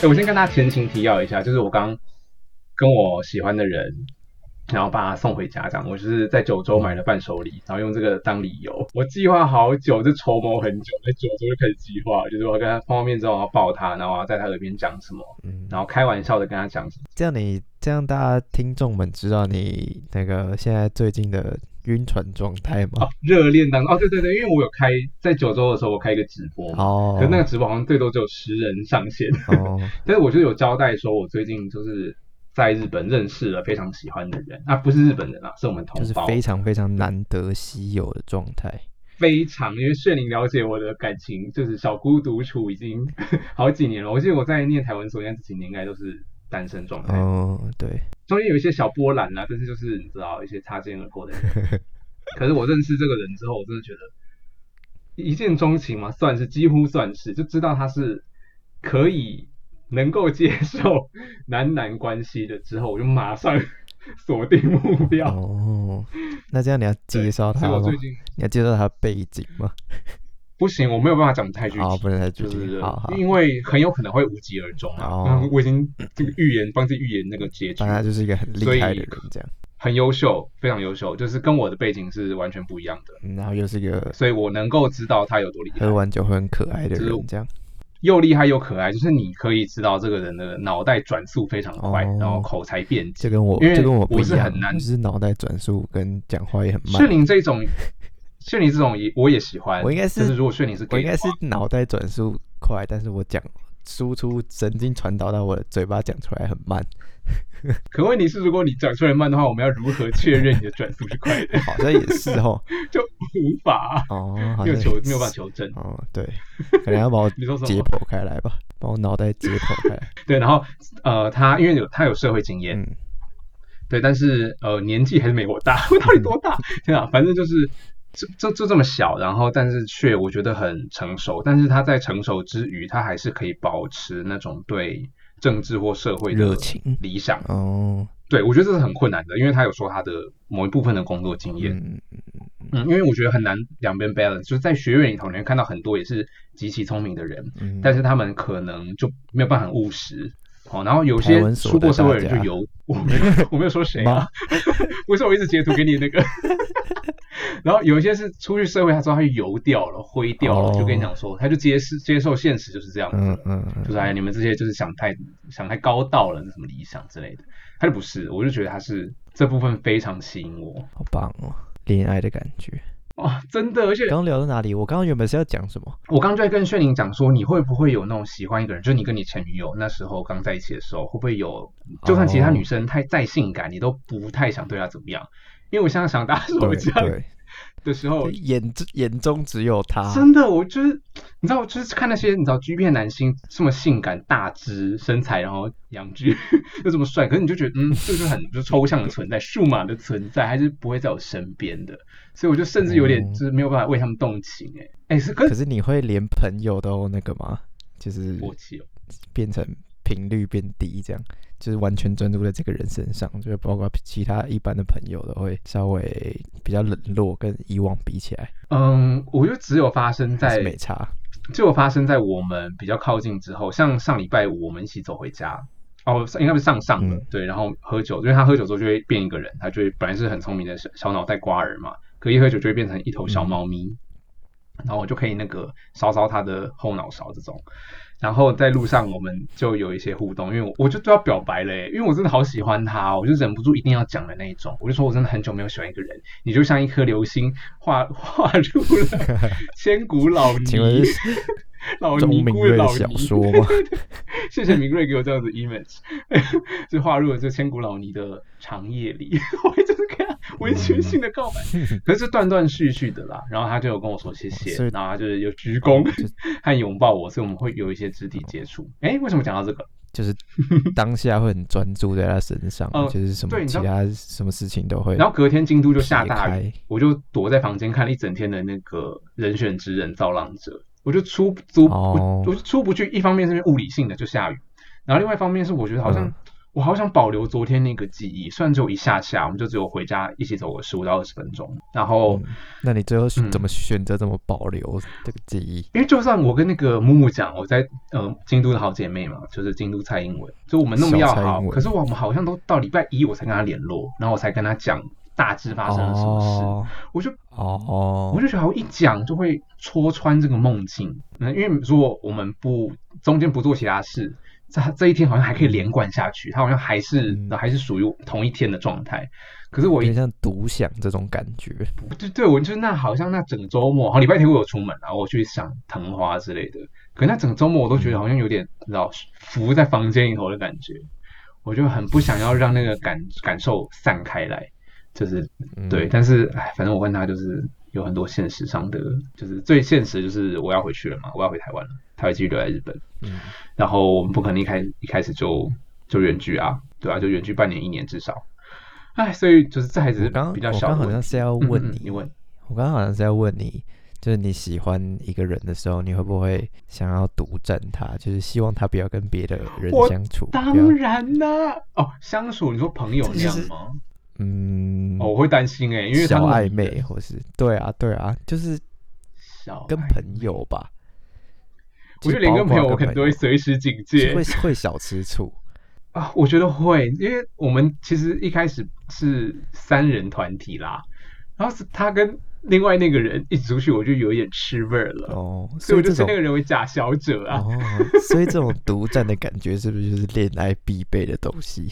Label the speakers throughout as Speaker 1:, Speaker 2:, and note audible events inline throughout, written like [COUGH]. Speaker 1: 欸我先跟大家前情提要一下，就是我刚跟我喜欢的人，然后把他送回家，这样我就是在九州买了伴手礼，然后用这个当理由。我计划好久，就筹谋很久，在九州就开始计划，就是我要跟他碰到面之后，我要抱他，然后我要在他耳边讲什么，
Speaker 2: 嗯，
Speaker 1: 然后开玩笑的跟他讲什么。
Speaker 2: 这样你这样大家听众们知道你那个现在最近的晕船状态吗
Speaker 1: 哦？，热恋当中哦，对对对，因为我有开在九州的时候，我开一个直播嘛，
Speaker 2: 哦
Speaker 1: 可是那个直播好像最多只有十人上线。
Speaker 2: 哦，
Speaker 1: 但是我就有交代说，我最近就是在日本认识了非常喜欢的人，啊，不是日本人啊，是我们同
Speaker 2: 就是
Speaker 1: 胞，
Speaker 2: 非常非常难得稀有的状态。
Speaker 1: 非常，因为炫灵了解我的感情，就是小姑独处已经 [LAUGHS] 好几年了。我记得我在念台文所，应该这几年应该都是单身状态，
Speaker 2: 嗯，对，
Speaker 1: 中间有一些小波澜啦，但是就是你知道一些擦肩而
Speaker 2: [LAUGHS]
Speaker 1: 过的人。可是我认识这个人之后，我真的觉得一见钟情嘛，算是几乎算是，就知道他是可以能够接受男男关系的。之后我就马上 [LAUGHS] 锁定目标。
Speaker 2: 哦，那这样你要介绍
Speaker 1: 所
Speaker 2: 他
Speaker 1: 以我
Speaker 2: 吗
Speaker 1: 最？近
Speaker 2: 你要介绍他的背景吗？
Speaker 1: 不行，我没有办法讲太具体。
Speaker 2: 好，不能再具
Speaker 1: 就
Speaker 2: 体。
Speaker 1: 是
Speaker 2: 好好，
Speaker 1: 因为很有可能会无疾而终啊！
Speaker 2: 哦
Speaker 1: 嗯我已经这个预言帮自己预言那个结局
Speaker 2: 反，正他就是一个很
Speaker 1: 所
Speaker 2: 厉
Speaker 1: 以
Speaker 2: 害的人，这样。
Speaker 1: 很优秀，非常优秀，就是跟我的背景是完全不一样的。
Speaker 2: 嗯然后又是一个
Speaker 1: 所以我能够知道他有多厉害
Speaker 2: 喝，完酒会很可爱的
Speaker 1: 就是
Speaker 2: 人，这样。
Speaker 1: 又厉害又可爱，就是你可以知道这个人的脑袋转速非常快，
Speaker 2: 哦
Speaker 1: 然后口才辩
Speaker 2: 这
Speaker 1: 捷。
Speaker 2: 跟我
Speaker 1: 因为
Speaker 2: 这跟不
Speaker 1: 我
Speaker 2: 一
Speaker 1: 是
Speaker 2: 样，
Speaker 1: 很难
Speaker 2: 我就是脑袋转速跟讲话也很慢
Speaker 1: 炫。灵这种，炫灵这种也我也喜欢。
Speaker 2: 我应该
Speaker 1: 是，
Speaker 2: 是
Speaker 1: 就是如果炫灵是
Speaker 2: 我
Speaker 1: gay，
Speaker 2: 应该
Speaker 1: 的
Speaker 2: 是
Speaker 1: 话
Speaker 2: 脑袋转速快，但是我讲输出神经传导到我的嘴巴讲出来很
Speaker 1: [LAUGHS]
Speaker 2: 慢，
Speaker 1: 可问题是，如果你讲出来慢的话，我们要如何确认你的转速是快的？
Speaker 2: 好像也是哦。
Speaker 1: 就无法
Speaker 2: 哦，好
Speaker 1: 没有
Speaker 2: 像
Speaker 1: 求
Speaker 2: 也
Speaker 1: 没有办法
Speaker 2: 是。
Speaker 1: 求证。
Speaker 2: 哦，对，可能要把我
Speaker 1: 你说什么
Speaker 2: 解剖开来吧，把我脑袋解
Speaker 1: [LAUGHS]
Speaker 2: 剖开来。
Speaker 1: 对，然后呃，他因为有他有社会经验，
Speaker 2: 嗯，
Speaker 1: 对，但是呃，年纪还是没我大，我到底多大？ [LAUGHS] 天啊，反正就是这这这这么小，然后但是却我觉得很成熟，但是他在成熟之余，他还是可以保持那种对政治或社会的
Speaker 2: 热情
Speaker 1: 理想。
Speaker 2: 哦，
Speaker 1: 对我觉得这是很困难的，因为他有说他的某一部分的工作经验，
Speaker 2: 嗯，
Speaker 1: 嗯，因为我觉得很难两边 balance，就是在学院里头，你会看到很多也是极其聪明的人，
Speaker 2: 嗯
Speaker 1: 但是他们可能就没有办法很务实。哦，然后有些
Speaker 2: 台湾所
Speaker 1: 出
Speaker 2: 的
Speaker 1: 过社会的
Speaker 2: 大
Speaker 1: 人
Speaker 2: 家
Speaker 1: 就有，我没有
Speaker 2: [LAUGHS]
Speaker 1: 我没有说谁啊， [LAUGHS] 不是我一直截图给你那个。然后有一些是出去社会，他说他就游掉了、灰掉了，
Speaker 2: 哦
Speaker 1: 就跟你讲说，他就接受接受现实就是这样子
Speaker 2: 嗯
Speaker 1: 了，
Speaker 2: 嗯嗯
Speaker 1: 就是哎你们这些就是想太想太高到了，那什么理想之类的，他就不是，我就觉得他是这部分非常吸引我 [LAUGHS]
Speaker 2: 好棒哦，恋爱的感觉。
Speaker 1: 哇，真的，而且
Speaker 2: 刚聊到哪里？我刚刚原本是要讲什么？
Speaker 1: 我刚刚就在跟炫玲讲说，你会不会有那种喜欢一个人，就是你跟你前女友那时候刚在一起的时候，会不会有，就算其他女生太再性感，你都不太想对她怎么样？因为我现在想打手
Speaker 2: 对
Speaker 1: 枪
Speaker 2: 对，
Speaker 1: 的时候
Speaker 2: 就，眼之眼中只有他。
Speaker 1: 真的，我就是你知道，就是看那些你知道 G 片男星这么性感、大只、身材，然后洋剧又这么帅，可是你就觉得，嗯，这就是很就是抽象的存在，数码的存在，还是不会在我身边的，所以我就甚至有点
Speaker 2: 哦
Speaker 1: 就是没有办法为他们动情、欸，哎、哎，是可
Speaker 2: 可
Speaker 1: 是
Speaker 2: 是你会连朋友都那个吗？就是
Speaker 1: 我气哦，
Speaker 2: 变成频率变低，这样就是完全专注在这个人身上，就是包括其他一般的朋友都会稍微比较冷落，跟以往比起来
Speaker 1: 嗯，我就只有发生
Speaker 2: 还是
Speaker 1: 在
Speaker 2: 没差。
Speaker 1: 就发生在我们比较靠近之后，像上礼拜五我们一起走回家，哦，应该不是上上了，
Speaker 2: 嗯
Speaker 1: 对，然后喝酒，因为他喝酒之后就会变一个人，他就会本来是很聪明的小小脑袋瓜儿嘛，可一喝酒就会变成一头
Speaker 2: 嗯
Speaker 1: 小猫咪，然后我就可以那个搔搔他的后脑勺这种，然后在路上我们就有一些互动，因为我我就都要表白了耶，因为我真的好喜欢他，哦我就忍不住一定要讲的那一种，我就说我真的很久没有喜欢一个人，你就像一颗流星划划入了 [LAUGHS] 千古老泥。
Speaker 2: 请问是
Speaker 1: [LAUGHS] 老
Speaker 2: 钟
Speaker 1: 尼
Speaker 2: 明
Speaker 1: 姑的
Speaker 2: 瑞的
Speaker 1: 老
Speaker 2: 小
Speaker 1: 尼，
Speaker 2: 说
Speaker 1: [LAUGHS]
Speaker 2: 吗？ [LAUGHS]
Speaker 1: 谢谢明瑞给我这样子 image，就划入了这千古老尼的长夜里， [LAUGHS] 我一直跟他文
Speaker 2: 嗯
Speaker 1: 学性的告白，可是断断续续的啦。然后他就有跟我说谢谢
Speaker 2: 所以，
Speaker 1: 然后他就是有鞠躬
Speaker 2: 就
Speaker 1: 和拥抱我，所以我们会有一些肢体接触。哎，为什么讲到这个？
Speaker 2: 就是当下会很专注在他身上，
Speaker 1: 呃
Speaker 2: 就是什么
Speaker 1: 对你
Speaker 2: 其
Speaker 1: 知道
Speaker 2: 他什么事情都会
Speaker 1: 然后隔天京都就下大
Speaker 2: 撇
Speaker 1: 雨
Speaker 2: 开，
Speaker 1: 我就躲在房间看了一整天的那个《人选之人造浪者》，我就出出
Speaker 2: 哦
Speaker 1: 我我就出不去。一方面是因为物理性的就下雨，然后另外一方面是我觉得好像
Speaker 2: 嗯
Speaker 1: 我好想保留昨天那个记忆，虽然只有一下下，我们就只有回家一起走个十五到二十分钟。然后，
Speaker 2: 嗯那你最后是
Speaker 1: 嗯
Speaker 2: 怎么选择、怎么保留这个记忆？
Speaker 1: 因为就算我跟那个木木讲，我在呃京都的好姐妹嘛，就是京都蔡英文，就我们那么要
Speaker 2: 小蔡
Speaker 1: 好
Speaker 2: 英，文
Speaker 1: 可是我们好像都到礼拜一我才跟她联络，然后我才跟她讲大致发生了什么事。
Speaker 2: 哦
Speaker 1: 我就我
Speaker 2: 哦，
Speaker 1: 就觉得，我一讲就会戳穿这个梦境。嗯，因为如果我们不中间不做其他事，这这一天好像还可以连贯下去，它好像还是、
Speaker 2: 嗯
Speaker 1: 还是属于同一天的状态。可是我
Speaker 2: 有点
Speaker 1: 一
Speaker 2: 像独享这种感觉。
Speaker 1: 对对，我就是那好像那整个周末，好礼拜天我有出门，然啊后我去赏藤花之类的。可那整个周末我都觉得好像有点，你知道，浮在房间里头的感觉。我就很不想要让那个感感受散开来，就是
Speaker 2: 嗯
Speaker 1: 对，但是哎，反正我跟他就是有很多现实上的，就是最现实就是我要回去了嘛，我要回台湾了，他会继续留在日本，
Speaker 2: 嗯
Speaker 1: 然后我们不可能一开一开始就就远距啊，对啊，就远距半年一年至少，哎，所以就是这还只
Speaker 2: 我
Speaker 1: 是
Speaker 2: 刚
Speaker 1: 比较
Speaker 2: 我
Speaker 1: 小的
Speaker 2: 刚好
Speaker 1: 问
Speaker 2: 像
Speaker 1: 题。
Speaker 2: 是要
Speaker 1: 嗯
Speaker 2: 问
Speaker 1: 嗯
Speaker 2: 你，
Speaker 1: 你问，
Speaker 2: 我刚刚好像是要问你，就是你喜欢一个人的时候，你会不会想要独占他？就是希望他不要跟别的人
Speaker 1: 我
Speaker 2: 相处，不要
Speaker 1: 当然啦、哦，相处你说朋友那样吗？
Speaker 2: 嗯，
Speaker 1: 哦，我会担心哎、因为他
Speaker 2: 小
Speaker 1: 是
Speaker 2: 暧昧，或是对啊对啊，就是
Speaker 1: 小
Speaker 2: 跟
Speaker 1: 暧昧
Speaker 2: 朋友吧。
Speaker 1: 我就
Speaker 2: 就
Speaker 1: 连
Speaker 2: 跟
Speaker 1: 跟朋友我
Speaker 2: 跟
Speaker 1: 可能都会随时警戒，
Speaker 2: 会会小
Speaker 1: [LAUGHS]
Speaker 2: 吃醋，
Speaker 1: 啊，我觉得会，因为我们其实一开始是三人团体啦，然后是他跟另外那个人一起出去，我就有一点吃味儿了，
Speaker 2: 哦，
Speaker 1: 所以
Speaker 2: 以
Speaker 1: 我就
Speaker 2: 这
Speaker 1: 称
Speaker 2: 种
Speaker 1: 那个人为假小者啊。
Speaker 2: 哦，所以这种独占的感觉是不是就是恋爱必备的东西？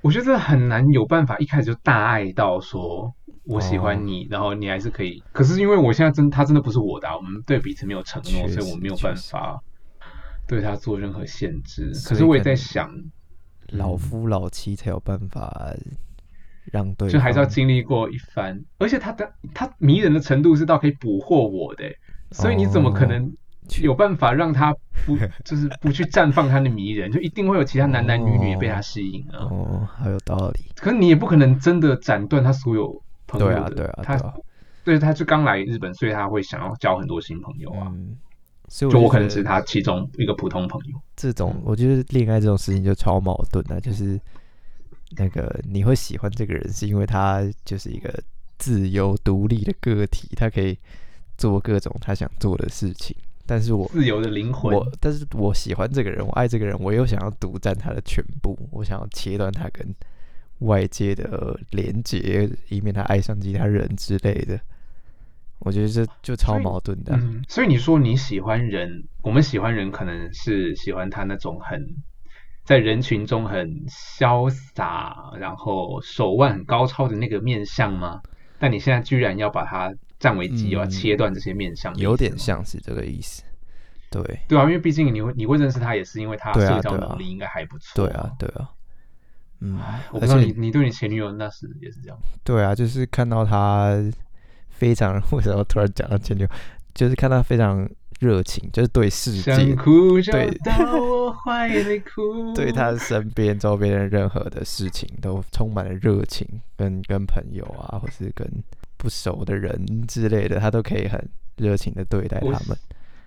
Speaker 1: 我觉得很难有办法一开始就大爱到说我喜
Speaker 2: 哦
Speaker 1: 欢你，然后你还是可以。可是因为我现在真他真的不是我的啊、我们对彼此没有承诺，
Speaker 2: 确
Speaker 1: 所以我
Speaker 2: 实
Speaker 1: 没有
Speaker 2: 确
Speaker 1: 办
Speaker 2: 实
Speaker 1: 法对他做任何限制。可
Speaker 2: 所
Speaker 1: 是
Speaker 2: 以
Speaker 1: 我也
Speaker 2: 可
Speaker 1: 在
Speaker 2: 能
Speaker 1: 想，
Speaker 2: 老
Speaker 1: 嗯
Speaker 2: 夫老妻才有办法让对方，
Speaker 1: 就还是要经历过一番，而且他的他迷人的程度是到可以捕获我的欸，所以你怎么可
Speaker 2: 哦
Speaker 1: 能有办法让他
Speaker 2: [LAUGHS]
Speaker 1: 不就是不去绽放他的迷人？就一定会有其他男男女女也被他吸引啊。
Speaker 2: 哦，好有道理。
Speaker 1: 可是你也不可能真的斩断他所有朋友
Speaker 2: 对
Speaker 1: 的，
Speaker 2: 啊，对啊，对
Speaker 1: 他
Speaker 2: 啊。
Speaker 1: 对他就刚来日本，所以他会想要交很多新朋友啊。
Speaker 2: 嗯，所以
Speaker 1: 就我
Speaker 2: 我
Speaker 1: 可
Speaker 2: 觉
Speaker 1: 能
Speaker 2: 得
Speaker 1: 只是他其中一个普通朋友，
Speaker 2: 这种，我觉得恋爱这种事情就超矛盾的、就是那个你会喜欢这个人，是因为他就是一个自由独立的个体，他可以做各种他想做的事情。但是我
Speaker 1: 自由的灵魂。
Speaker 2: 我，但是我喜欢这个人，我爱这个人，我又想要独占他的全部，我想要切断他跟外界的连接，以免他爱上其他人之类的。我觉得这就超
Speaker 1: 所以
Speaker 2: 矛盾的啊、
Speaker 1: 嗯，所以你说你喜欢人，我们喜欢人可能是喜欢他那种很在人群中很潇洒，然后手腕很高超的那个面相吗？但你现在居然要把它占为己有，
Speaker 2: 嗯
Speaker 1: 要切断这些面相，
Speaker 2: 有点。像是这个意思。对，
Speaker 1: 对啊，因为毕竟你会你会认识他，也是因为他
Speaker 2: 对啊
Speaker 1: 社交
Speaker 2: 对啊
Speaker 1: 能力应该还不错。
Speaker 2: 对啊，，对啊，嗯，
Speaker 1: 我不
Speaker 2: 而
Speaker 1: 知道你
Speaker 2: 且
Speaker 1: 你对你前女友那时也是这样。
Speaker 2: 对啊，就是看到他非常， [LAUGHS] 为什么突然讲到前女友？就是看他非常热情，就是对世
Speaker 1: 想
Speaker 2: 界、
Speaker 1: 哭就
Speaker 2: 对
Speaker 1: 到我怀里哭。
Speaker 2: [LAUGHS] 对他身边周边的任何的事情都充满了热情，跟跟朋友啊，或是跟不熟的人之类的，他都可以很热情的对待
Speaker 1: 我
Speaker 2: 他们。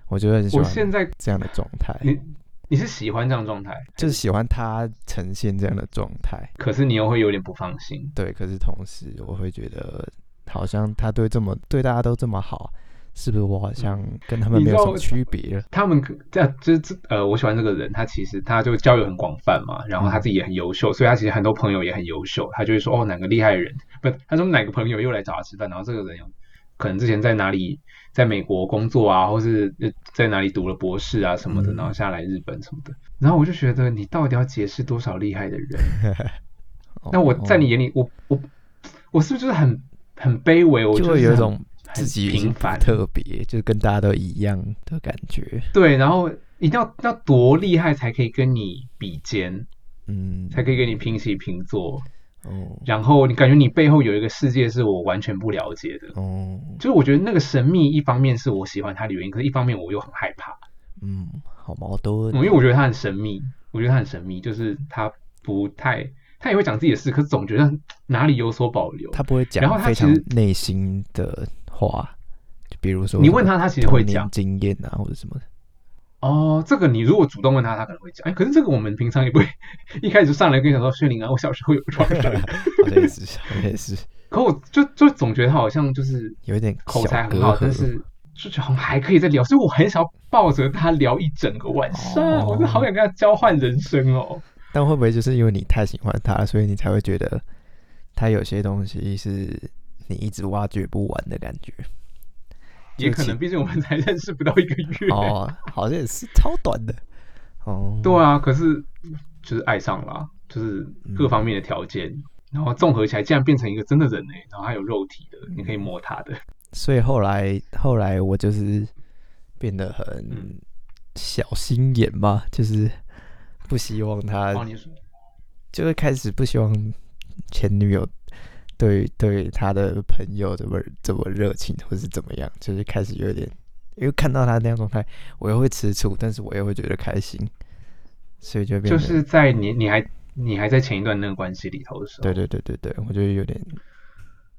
Speaker 2: 我觉得很喜
Speaker 1: 我
Speaker 2: 欢
Speaker 1: 现在
Speaker 2: 这样的状态，
Speaker 1: 你你是喜欢这样的状态，
Speaker 2: 就是喜欢他呈现这样的状态。
Speaker 1: 可是你又会有点不放心。
Speaker 2: 对，可是同时我会觉得，好像他对这么对大家都这么好，是不是我好像跟他
Speaker 1: 嗯
Speaker 2: 们
Speaker 1: 你
Speaker 2: 没有
Speaker 1: 知
Speaker 2: 什
Speaker 1: 道
Speaker 2: 么区别了？
Speaker 1: 他们可这样就是这呃，我喜欢这个人，他其实他就交友很广泛嘛，然后他自己也很优
Speaker 2: 嗯
Speaker 1: 秀，所以他其实很多朋友也很优秀，他就会说哦哪个厉害的人，不，他说哪个朋友又来找他吃饭，然后这个人有可能之前在哪里，在美国工作啊，或是呃在哪里读了博士啊什么的，
Speaker 2: 嗯
Speaker 1: 然后下来日本什么的，然后我就觉得你到底要解释多少厉害的人？
Speaker 2: 哦
Speaker 1: 那我在你眼里，我我我是不是就是很很卑微？我
Speaker 2: 就
Speaker 1: 就
Speaker 2: 会
Speaker 1: 是
Speaker 2: 有一
Speaker 1: 很
Speaker 2: 种
Speaker 1: 很
Speaker 2: 自己已经
Speaker 1: 平
Speaker 2: 不
Speaker 1: 凡，
Speaker 2: 特别，就跟大家都一样的感觉。
Speaker 1: 对，然后一定要要多厉害才可以跟你比肩，
Speaker 2: 嗯，
Speaker 1: 才可以跟你平起平坐。
Speaker 2: 哦
Speaker 1: 然后你感觉你背后有一个世界是我完全不了解的，
Speaker 2: 哦
Speaker 1: 就是我觉得那个神秘，一方面是我喜欢他的原因，可是一方面我又很害怕，
Speaker 2: 嗯，好矛盾哦
Speaker 1: 嗯因。为我觉得他很神秘，我觉得他很神秘，就是他不太，他也会讲自己的事，可是总觉得哪里有所保留。
Speaker 2: 他不会
Speaker 1: 然后
Speaker 2: 讲
Speaker 1: 他
Speaker 2: 非
Speaker 1: 其
Speaker 2: 常
Speaker 1: 实
Speaker 2: 内心的话，就比如说
Speaker 1: 你
Speaker 2: 什
Speaker 1: 问
Speaker 2: 么
Speaker 1: 他，他其实
Speaker 2: 童
Speaker 1: 会
Speaker 2: 年
Speaker 1: 讲， [LAUGHS]
Speaker 2: 经验啊，或者什么的。
Speaker 1: 哦，这个你如果主动问他，他可能会讲。哎，可是这个我们平常也不会 [LAUGHS] 一开始上来跟你讲说，薛玲啊，我小时候有创伤。
Speaker 2: 好像也是，好像也是
Speaker 1: 可我就就总觉得他好像就是
Speaker 2: 有一点
Speaker 1: 口才
Speaker 2: 小
Speaker 1: 很
Speaker 2: 隔
Speaker 1: 好，但
Speaker 2: 阂
Speaker 1: 是就好像还可以再聊，所以我很想要抱着他聊一整个晚上，
Speaker 2: 哦
Speaker 1: [LAUGHS] 我真的好想跟他交换人生哦。
Speaker 2: 但会不会就是因为你太喜欢他，所以你才会觉得他有些东西是你一直挖掘不完的感觉？
Speaker 1: 也
Speaker 2: 就
Speaker 1: 可
Speaker 2: 其
Speaker 1: 能，毕竟我们才认识不到一个月。
Speaker 2: 哦，好像也是超短的。哦，
Speaker 1: 对啊，可是就是爱上了啊、就是各
Speaker 2: 嗯
Speaker 1: 方面的条件，然后综合起来，竟然变成一个真的人呢、然后还有肉体的，你
Speaker 2: 嗯
Speaker 1: 可以摸他的。
Speaker 2: 所以后来后来我就是变得很
Speaker 1: 嗯
Speaker 2: 小心眼嘛，就是不希望他
Speaker 1: 哦，你说
Speaker 2: 就会开始不希望前女友对对他的朋友这么这么热情，或是怎么样，就是开始有点，因为看到他那样状态，我又会吃醋，但是我又会觉得开心，所以就变
Speaker 1: 就
Speaker 2: 得
Speaker 1: 是在你你还你还在前一段那个关系里头的时候，
Speaker 2: 对对对对对，我就有点，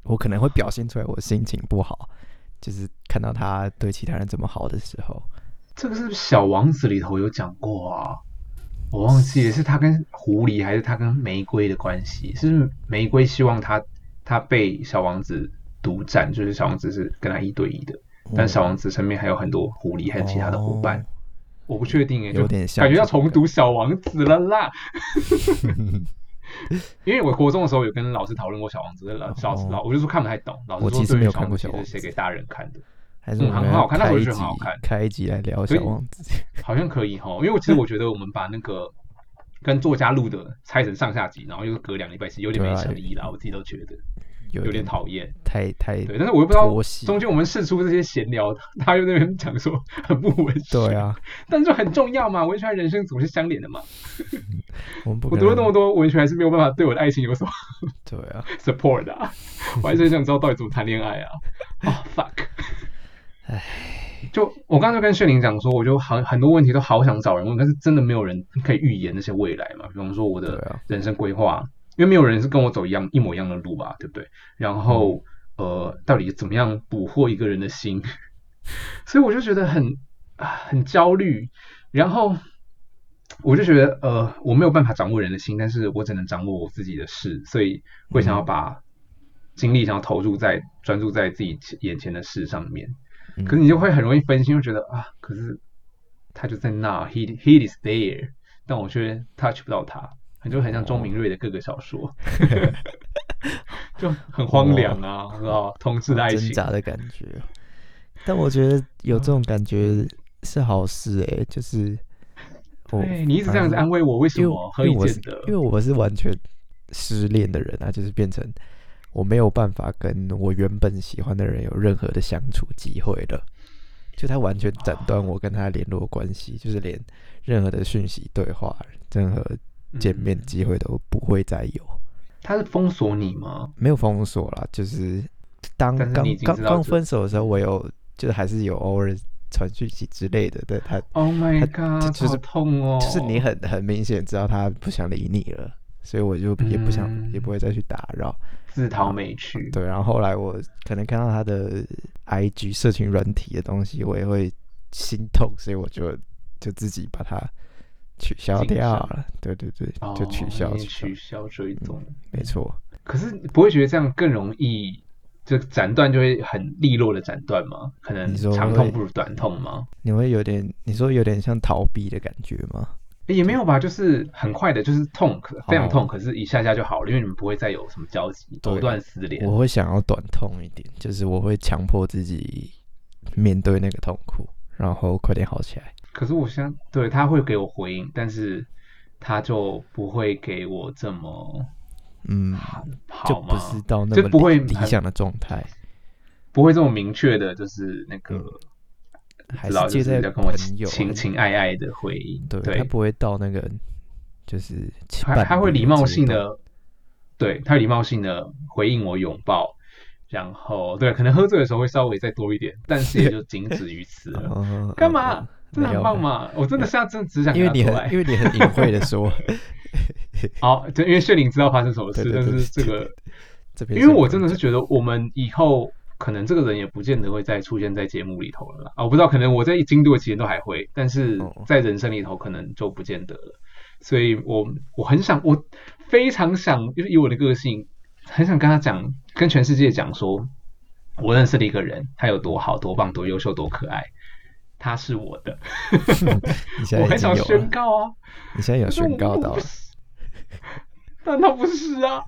Speaker 2: 我可能会表现出来我心情不好，就是看到他对其他人这么好的时候，
Speaker 1: 这个是不是《小王子》里头有讲过啊？我忘记了，是他跟狐狸还是他跟玫瑰的关系？是不是玫瑰希望他他被小王子独占，就是小王子是跟他一对一的，但小王子身边还有很多狐狸，还有其他的伙伴。
Speaker 2: 嗯哦
Speaker 1: 我不确定耶，
Speaker 2: 有
Speaker 1: 就
Speaker 2: 点像
Speaker 1: 感觉要
Speaker 2: 这个
Speaker 1: 重读《小王子》了
Speaker 2: [LAUGHS]
Speaker 1: 啦。因为我国中的时候有跟老师讨论过《小王子》，老老师老我就说看不太懂，老师
Speaker 2: 哦我
Speaker 1: 说
Speaker 2: 其实
Speaker 1: 对
Speaker 2: 没有
Speaker 1: 小
Speaker 2: 看过
Speaker 1: 子
Speaker 2: 小王
Speaker 1: 是写
Speaker 2: 子
Speaker 1: 给大人看的，
Speaker 2: 还是我
Speaker 1: 嗯很
Speaker 2: 们要
Speaker 1: 好看那
Speaker 2: 开
Speaker 1: 我
Speaker 2: 一
Speaker 1: 觉得
Speaker 2: 集
Speaker 1: 很好看
Speaker 2: 开一集来聊
Speaker 1: 所以
Speaker 2: 小王子，
Speaker 1: 好像可以哈。因为我其实我觉得我们把那
Speaker 2: [LAUGHS]
Speaker 1: 个跟作家录的拆成上下集，然后又隔两礼拜是有点没
Speaker 2: 对啊
Speaker 1: 诚意啦，我自己都觉得
Speaker 2: 有
Speaker 1: 有点
Speaker 2: 点
Speaker 1: 讨厌。
Speaker 2: 太太
Speaker 1: 对，但是我又不知道
Speaker 2: 佛系
Speaker 1: 中间我们试出这些闲聊，他又在那边讲说很不文学，
Speaker 2: 对，啊，
Speaker 1: 但这很重要嘛，文学和人生总是相连的嘛。
Speaker 2: 我们不
Speaker 1: 我
Speaker 2: 可
Speaker 1: 读了那
Speaker 2: 能
Speaker 1: 么多文学，还是没有办法对我的爱情有所
Speaker 2: 对啊，
Speaker 1: [LAUGHS] support 的
Speaker 2: [LAUGHS]
Speaker 1: 啊，我还是很想知道到底怎么谈恋爱啊。啊、fuck！
Speaker 2: 唉
Speaker 1: 就我刚刚就跟炫玲讲说，我就很很多问题都好想找人问，但是真的没有人可以预言那些未来嘛。比方说我
Speaker 2: 对
Speaker 1: 的
Speaker 2: 啊，
Speaker 1: 人生规划，因为没有人是跟我走一样一模一样的路吧，对不对？然
Speaker 2: 嗯
Speaker 1: 后呃，到底怎么样捕获一个人的心？ [LAUGHS] 所以我就觉得很啊很焦虑，然后我就觉得呃我没有办法掌握人的心，但是我只能掌握我自己的事，所以会想要
Speaker 2: 嗯
Speaker 1: 把精力想要投入在专注在自己眼前的事上面。
Speaker 2: 嗯
Speaker 1: 可是你就会很容易分心，就觉得啊，可是他就在那，he he is there，但我却 touch 不到他，你就很像钟明瑞的各个小
Speaker 2: [LAUGHS]
Speaker 1: 说，就很荒凉啊，
Speaker 2: 哦
Speaker 1: 然后同志的爱
Speaker 2: 挣
Speaker 1: 情，
Speaker 2: 扎的感觉。但我觉得有这种感觉是好事诶、就是我
Speaker 1: 对哎你一直这样子安慰我，为什
Speaker 2: 因为
Speaker 1: 么？何以
Speaker 2: 哦因为我
Speaker 1: 见
Speaker 2: 是
Speaker 1: 得
Speaker 2: 因？为我是完全失恋的人啊，就是变成我没有办法跟我原本喜欢的人有任何的相处机会了。就他完全斩断我跟他联络关系，就是连任何的讯息对话、任何见面
Speaker 1: 嗯
Speaker 2: 机会都不会再有。
Speaker 1: 他是封锁你吗？
Speaker 2: 没有封锁啦，就是当
Speaker 1: 但是
Speaker 2: 刚
Speaker 1: 你已经
Speaker 2: 刚
Speaker 1: 知道
Speaker 2: 刚
Speaker 1: 这
Speaker 2: 分手的时候，我有就是还是有偶尔传讯息之类的，但他
Speaker 1: Oh my
Speaker 2: 这
Speaker 1: god，
Speaker 2: 就是
Speaker 1: 好痛哦！
Speaker 2: 就是你很很明显知道他不想理你了，所以我就也不想、
Speaker 1: 嗯
Speaker 2: 也不会再去打扰。
Speaker 1: 自讨没趣。
Speaker 2: 对，然后后来我可能看到他的 IG 社群软体的东西，我也会心痛，所以我就就自己把它取消
Speaker 1: 禁
Speaker 2: 掉
Speaker 1: 上
Speaker 2: 了。对对对，
Speaker 1: 哦
Speaker 2: 就取消
Speaker 1: 你
Speaker 2: 取
Speaker 1: 取，消
Speaker 2: 消
Speaker 1: 追踪，
Speaker 2: 没错。
Speaker 1: 可是你不会觉得这样更容易就斩断，就会很利落的斩断吗？可能
Speaker 2: 你说
Speaker 1: 长
Speaker 2: 会
Speaker 1: 痛不如短痛吗？
Speaker 2: 你会有点，你说有点像逃避的感觉吗？
Speaker 1: 诶也没有吧，就是很快的，就是痛，可非常
Speaker 2: 哦
Speaker 1: 痛，可是一下下就好了，因为你们不会再有什么交集，
Speaker 2: 对
Speaker 1: 藕断丝连。
Speaker 2: 我会想要短痛一点，就是我会强迫自己面对那个痛苦，然后快点好起来。
Speaker 1: 可是我想，对他会给我回应，但是他就不会给我这么
Speaker 2: 嗯，就
Speaker 1: 好吗？
Speaker 2: 不是到那
Speaker 1: 就
Speaker 2: 么
Speaker 1: 不会
Speaker 2: 理理
Speaker 1: 很
Speaker 2: 想的状态，
Speaker 1: 不会这么明确的，就是那个，
Speaker 2: 还
Speaker 1: 知道就
Speaker 2: 是接
Speaker 1: 是
Speaker 2: 在
Speaker 1: 要跟我
Speaker 2: 朋友啊，
Speaker 1: 情情爱爱的回应。
Speaker 2: 对
Speaker 1: 对
Speaker 2: 他，不会到那个就是亲
Speaker 1: 他他会
Speaker 2: 伴侣
Speaker 1: 礼貌
Speaker 2: 阶
Speaker 1: 性
Speaker 2: 段，
Speaker 1: 的，对他礼貌性的回应我拥抱，然后对，可能喝醉的时候会稍微再多一点，但是也就仅止于此了。
Speaker 2: [LAUGHS]
Speaker 1: [LAUGHS]
Speaker 2: 哦
Speaker 1: 干嘛？真的很
Speaker 2: 没有
Speaker 1: 棒嘛！我真的现在真的只想
Speaker 2: 因为你
Speaker 1: 跟他做
Speaker 2: 很
Speaker 1: 爱
Speaker 2: 因为你很隐晦的说， [LAUGHS]
Speaker 1: 好，就因为炫灵知道发生什么
Speaker 2: 对
Speaker 1: 事，
Speaker 2: 对
Speaker 1: 但
Speaker 2: 对
Speaker 1: 是这个，
Speaker 2: 这边
Speaker 1: 因为
Speaker 2: 是
Speaker 1: 我
Speaker 2: 有
Speaker 1: 真的是觉得我们以后可能这个人也不见得会再出现在节目里头了啦啊！我不知道，可能我在京都的期间都还会，但是
Speaker 2: 哦
Speaker 1: 在人生里头可能就不见得了。所以我我很想，我非常想，就是以我的个性，很想跟他讲，跟全世界讲说，我认识的一个人，他有多好、多棒、多优秀、多可爱，他是我的。
Speaker 2: 你现
Speaker 1: 我
Speaker 2: 在
Speaker 1: 很
Speaker 2: 已经
Speaker 1: 想
Speaker 2: 有了
Speaker 1: 宣，告啊，
Speaker 2: 你现在有
Speaker 1: 可是我
Speaker 2: 宣告到
Speaker 1: 我
Speaker 2: 了
Speaker 1: 不，是但他不是啊，